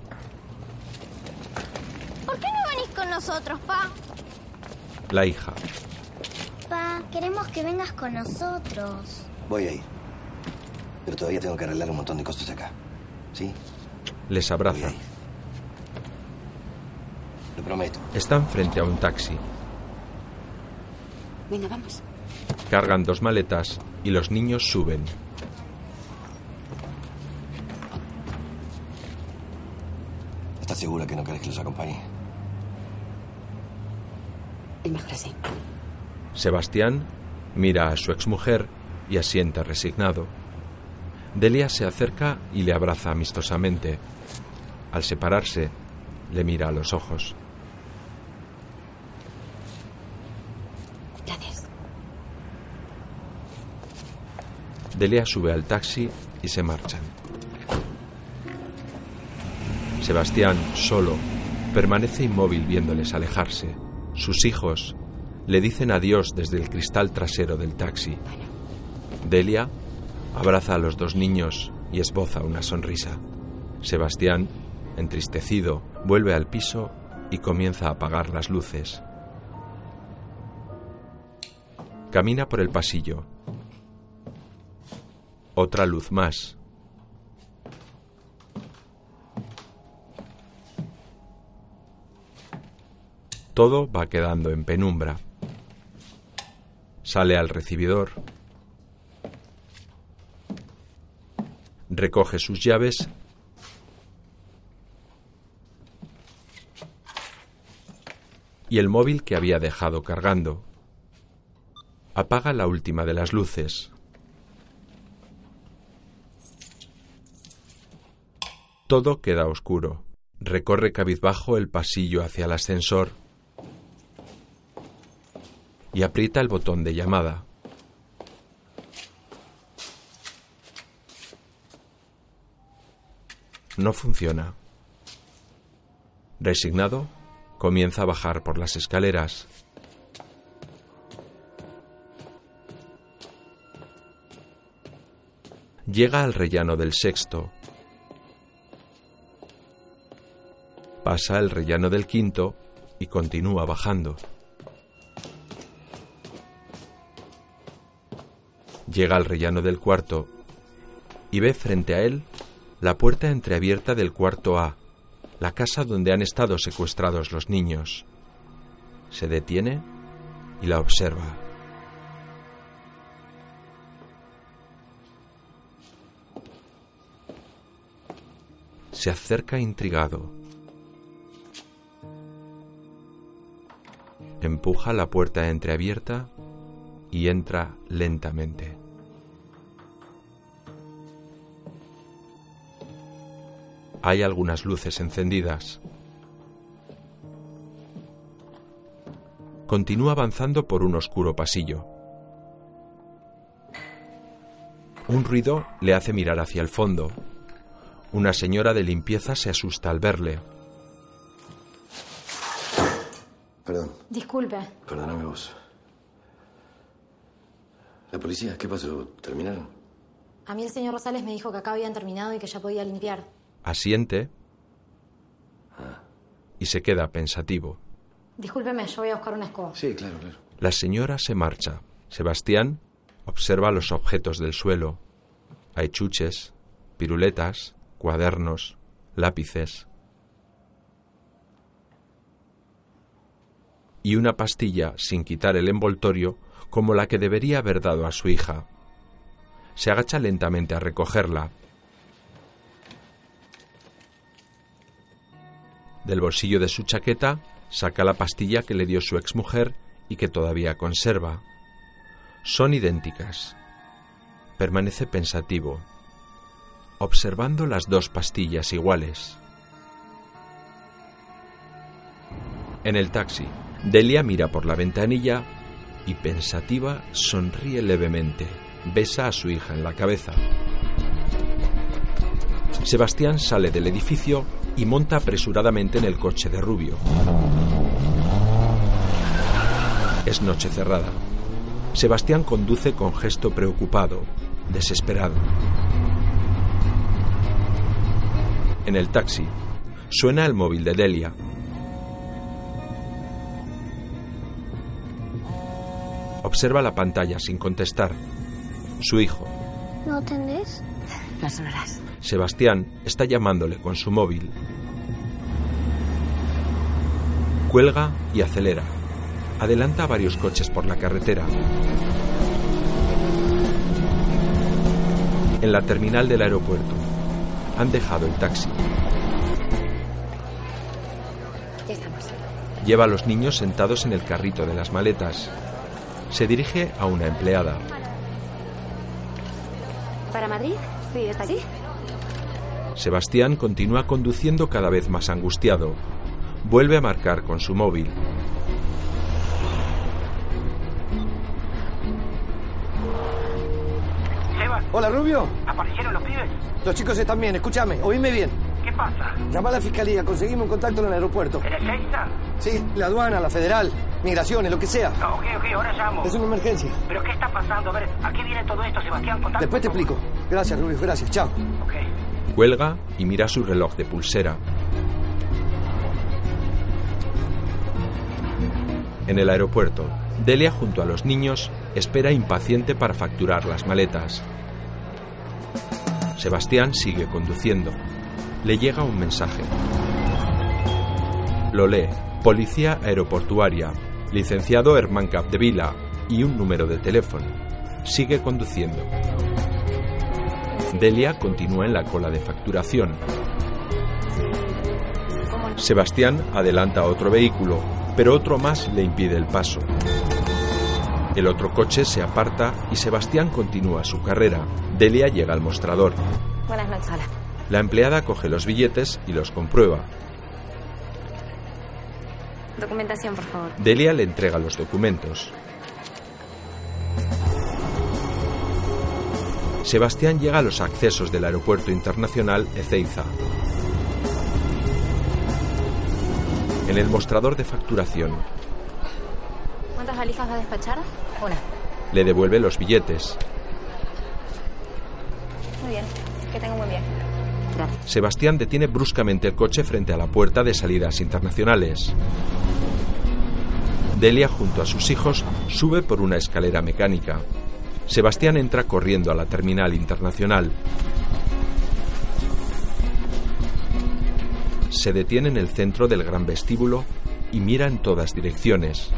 I: ¿Por qué no venís con nosotros, pa?
A: La hija.
I: Pa, queremos que vengas con nosotros.
E: Voy ahí. Pero todavía tengo que arreglar un montón de cosas acá. ¿Sí?
A: Les abraza.
E: Lo prometo.
A: Están frente a un taxi.
K: Venga, vamos.
A: Cargan dos maletas y los niños suben.
E: ¿Estás segura que no querés que los acompañe?
K: Es mejor así.
A: Sebastián mira a su exmujer y asienta resignado. Delia se acerca y le abraza amistosamente. Al separarse, le mira a los ojos.
K: Gracias.
A: Delia sube al taxi y se marchan. Sebastián, solo, permanece inmóvil viéndoles alejarse. Sus hijos le dicen adiós desde el cristal trasero del taxi. Delia abraza a los dos niños y esboza una sonrisa. Sebastián, entristecido, vuelve al piso y comienza a apagar las luces. Camina por el pasillo. Otra luz más. Todo va quedando en penumbra. Sale al recibidor. Recoge sus llaves. Y el móvil que había dejado cargando. Apaga la última de las luces. Todo queda oscuro. Recorre cabizbajo el pasillo hacia el ascensor y aprieta el botón de llamada. No funciona. Resignado, comienza a bajar por las escaleras. Llega al rellano del sexto. Pasa el rellano del quinto y continúa bajando. Llega al rellano del cuarto y ve frente a él la puerta entreabierta del cuarto A, la casa donde han estado secuestrados los niños. Se detiene y la observa. Se acerca intrigado. Empuja la puerta entreabierta y entra lentamente. Hay algunas luces encendidas. Continúa avanzando por un oscuro pasillo. Un ruido le hace mirar hacia el fondo. Una señora de limpieza se asusta al verle.
E: Perdón,
P: Disculpe.
E: perdóname vos. ¿La policía? ¿Qué pasó? ¿Terminaron?
P: A mí el señor Rosales me dijo que acá habían terminado y que ya podía limpiar.
A: Asiente y se queda pensativo.
P: Discúlpeme, yo voy a buscar una escoba.
E: Sí, claro, claro.
A: La señora se marcha. Sebastián observa los objetos del suelo. Hay chuches, piruletas, cuadernos, lápices. Y una pastilla sin quitar el envoltorio como la que debería haber dado a su hija. Se agacha lentamente a recogerla. Del bolsillo de su chaqueta saca la pastilla que le dio su exmujer y que todavía conserva. Son idénticas. Permanece pensativo, observando las dos pastillas iguales. En el taxi, Delia mira por la ventanilla y pensativa sonríe levemente. Besa a su hija en la cabeza. Sebastián sale del edificio y monta apresuradamente en el coche de Rubio. Es noche cerrada. Sebastián conduce con gesto preocupado, desesperado. En el taxi, suena el móvil de Delia. Observa la pantalla sin contestar. Su hijo,
I: ¿No atendés?
K: No son horas.
A: Sebastián está llamándole con su móvil. Cuelga y acelera. Adelanta varios coches por la carretera. En la terminal del aeropuerto. Han dejado el taxi.
P: Ya estamos.
A: Lleva a los niños sentados en el carrito de las maletas. Se dirige a una empleada.
M: ¿Para Madrid? Sí, está aquí.
A: Sebastián continúa conduciendo cada vez más angustiado. Vuelve a marcar con su móvil.
R: Sebas,
U: Hola, Rubio.
R: ¿aparecieron los pibes?
U: Los chicos están bien, escúchame, oíme bien.
R: ¿Qué pasa?
U: Llama a la fiscalía, conseguimos un contacto en el aeropuerto.
R: ¿Eres Seiza?
U: Sí, la aduana, la federal, migraciones, lo que sea.
R: Ah, ok, ok, ahora llamo.
U: Es una emergencia.
R: ¿Pero qué está pasando? A ver, ¿a qué viene todo esto, Sebastián? Contame.
U: Después te explico. Gracias, Rubio, gracias, chao.
A: Cuelga y mira su reloj de pulsera. En el aeropuerto, Delia junto a los niños espera impaciente para facturar las maletas. Sebastián sigue conduciendo. Le llega un mensaje. Lo lee. Policía Aeroportuaria. Licenciado Herman Capdevila. Y un número de teléfono. Sigue conduciendo. Delia continúa en la cola de facturación. Sebastián adelanta otro vehículo, pero otro más le impide el paso. El otro coche se aparta y Sebastián continúa su carrera. Delia llega al mostrador.
M: Buenas noches. Hola.
A: La empleada coge los billetes y los comprueba.
M: Documentación, por favor.
A: Delia le entrega los documentos. Sebastián llega a los accesos del Aeropuerto Internacional Ezeiza. En el mostrador de facturación
M: ¿Cuántas valijas va a despachar? Una.
A: le devuelve los billetes.
M: Muy bien. Que tenga un buen viaje.
A: Sebastián detiene bruscamente el coche frente a la puerta de salidas internacionales. Delia junto a sus hijos sube por una escalera mecánica. Sebastián entra corriendo a la terminal internacional. Se detiene en el centro del gran vestíbulo y mira en todas direcciones.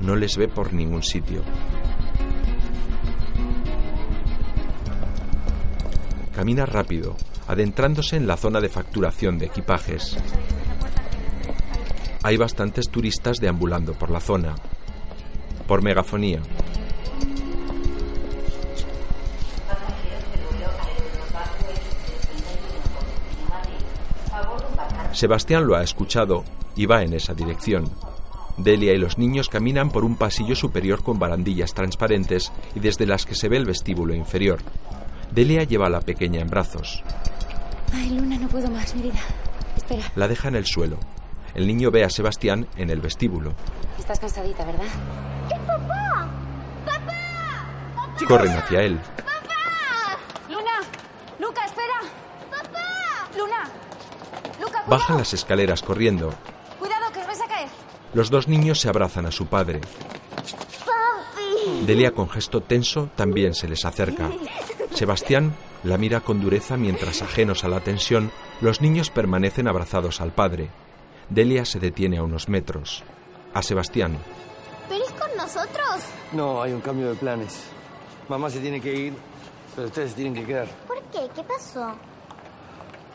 A: No les ve por ningún sitio. Camina rápido, adentrándose en la zona de facturación de equipajes. Hay bastantes turistas deambulando por la zona. Por megafonía. Sebastián lo ha escuchado y va en esa dirección. Delia y los niños caminan por un pasillo superior con barandillas transparentes y desde las que se ve el vestíbulo inferior. Delia lleva a la pequeña en brazos.
M: Ay, Luna, no puedo más, mi vida. Espera.
A: La deja en el suelo. El niño ve a Sebastián en el vestíbulo.
M: Estás cansadita, ¿verdad? ¡Es papá! ¡Papá!
A: Corren hacia él.
M: Ah. ¡Luna! ¡Luca, espera! ¡Papá! ¡Luna! ¡Luca,
A: Baja las escaleras corriendo.
M: cuidado, que os vais a caer!
A: Los dos niños se abrazan a su padre.
M: ¡Papi!
A: Delia con gesto tenso también se les acerca. Sebastián la mira con dureza mientras ajenos a la tensión, los niños permanecen abrazados al padre. Delia se detiene a unos metros. A Sebastián.
I: ¿Pero es con nosotros?
Q: No, hay un cambio de planes. Mamá se tiene que ir, pero ustedes se tienen que quedar.
I: ¿Por qué? ¿Qué pasó?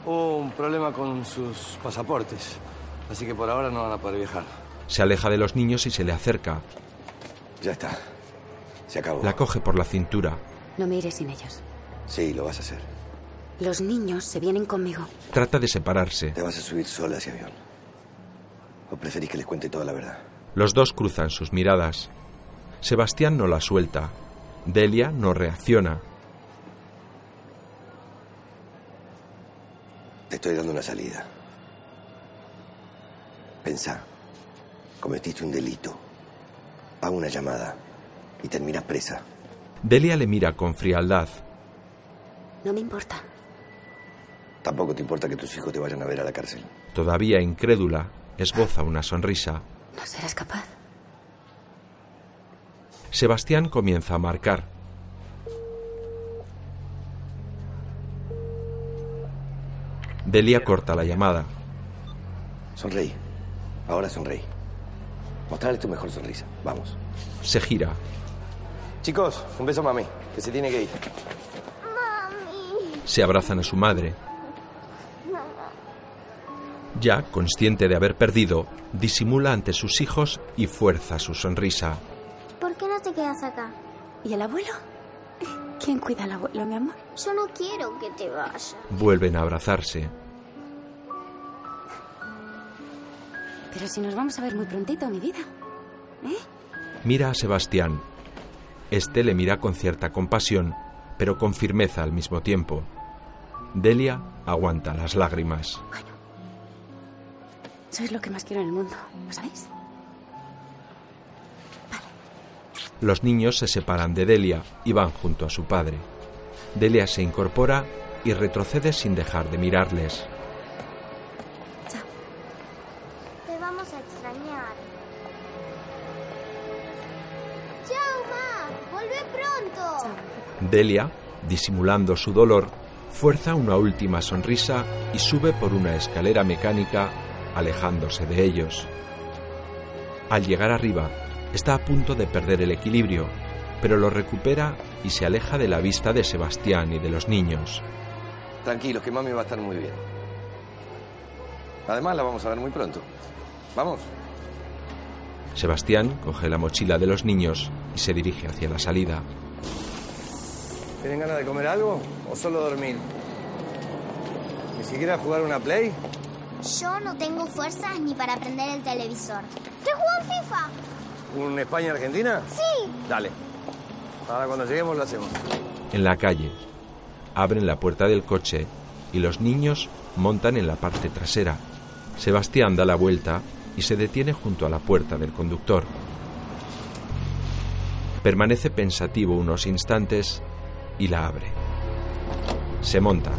Q: Hubo un problema con sus pasaportes, así que por ahora no van a poder viajar.
A: Se aleja de los niños y se le acerca.
E: Ya está. Se acabó.
A: La coge por la cintura.
K: No me iré sin ellos.
E: Sí, lo vas a hacer.
K: Los niños se vienen conmigo.
A: Trata de separarse.
E: Te vas a subir sola a ese avión. ¿O preferís que les cuente toda la verdad?
A: Los dos cruzan sus miradas. Sebastián no la suelta. Delia no reacciona.
E: Te estoy dando una salida. Pensá. Cometiste un delito. Hago una llamada y terminas presa.
A: Delia le mira con frialdad.
K: No me importa.
E: Tampoco te importa que tus hijos te vayan a ver a la cárcel.
A: Todavía incrédula, esboza una sonrisa.
K: No serás capaz.
A: Sebastián comienza a marcar. Delia corta la llamada.
E: Sonreí. Ahora sonreí. Mostrarles tu mejor sonrisa. Vamos.
A: Se gira.
Q: Chicos, un beso a mami, que se tiene que ir.
A: Se abrazan a su madre. Ya consciente de haber perdido, disimula ante sus hijos y fuerza su sonrisa.
I: ¿Por qué no te quedas acá?
H: ¿Y el abuelo? ¿Quién cuida al abuelo, mi amor?
I: Yo no quiero que te vayas.
A: Vuelven a abrazarse.
H: Pero si nos vamos a ver muy prontito, mi vida. ¿Eh?
A: Mira a Sebastián. Este le mira con cierta compasión, pero con firmeza al mismo tiempo. Delia aguanta las lágrimas.
H: Sois lo que más quiero en el mundo, ¿lo sabéis?
A: Los niños se separan de Delia y van junto a su padre. Delia se incorpora y retrocede sin dejar de mirarles.
I: Te vamos a extrañar. ¡Chao, ma! ¡Vuelve pronto!
A: Delia, disimulando su dolor, fuerza una última sonrisa y sube por una escalera mecánica, alejándose de ellos. Al llegar arriba, está a punto de perder el equilibrio, pero lo recupera y se aleja de la vista de Sebastián y de los niños.
E: Tranquilos, que mami va a estar muy bien. Además, la vamos a ver muy pronto. Vamos.
A: Sebastián coge la mochila de los niños y se dirige hacia la salida.
E: ¿Tienen ganas de comer algo o solo dormir? ¿Ni siquiera jugar una play?
I: Yo no tengo fuerzas ni para prender el televisor. ¿Te juego FIFA?
E: ¿Un España-Argentina?
I: Sí.
E: Dale. Ahora cuando lleguemos lo hacemos.
A: En la calle, abren la puerta del coche y los niños montan en la parte trasera. Sebastián da la vuelta y se detiene junto a la puerta del conductor. Permanece pensativo unos instantes y la abre. Se monta,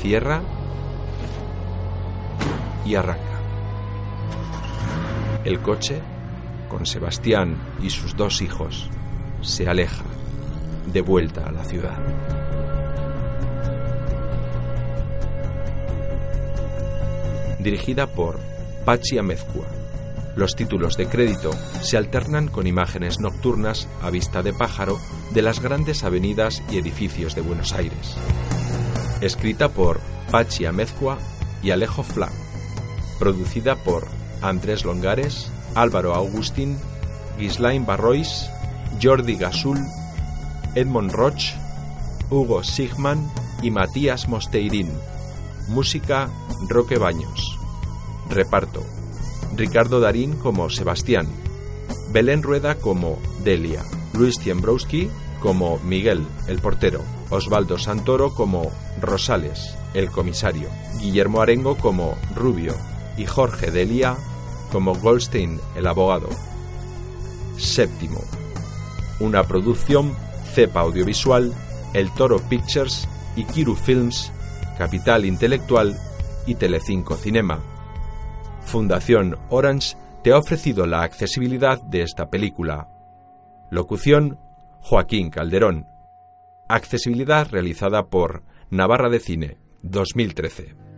A: cierra y arranca. El coche, con Sebastián y sus dos hijos, se aleja, de vuelta a la ciudad. Dirigida por Pachi Amezcua. Los títulos de crédito se alternan con imágenes nocturnas a vista de pájaro de las grandes avenidas y edificios de Buenos Aires. Escrita por Pachi Amezcua y Alejo Flack. Producida por Andrés Longares, Álvaro Agustín, Gislain Barrois, Jordi Gasul, Edmond Roch, Hugo Sigman y Matías Mosteirín. Música Roque Baños. Reparto. Ricardo Darín como Sebastián. Belén Rueda como Delia. Luis Ciembrowski como Miguel, el portero. Osvaldo Santoro como Rosales, el comisario. Guillermo Arengo como Rubio. Y Jorge Delia como Goldstein, el abogado. Séptimo. Una producción Cepa Audiovisual, El Toro Pictures, Ikiru Films, Capital Intelectual y Telecinco Cinema. Fundación Orange te ha ofrecido la accesibilidad de esta película. Locución Joaquín Calderón. Accesibilidad realizada por Navarra de Cine 2013.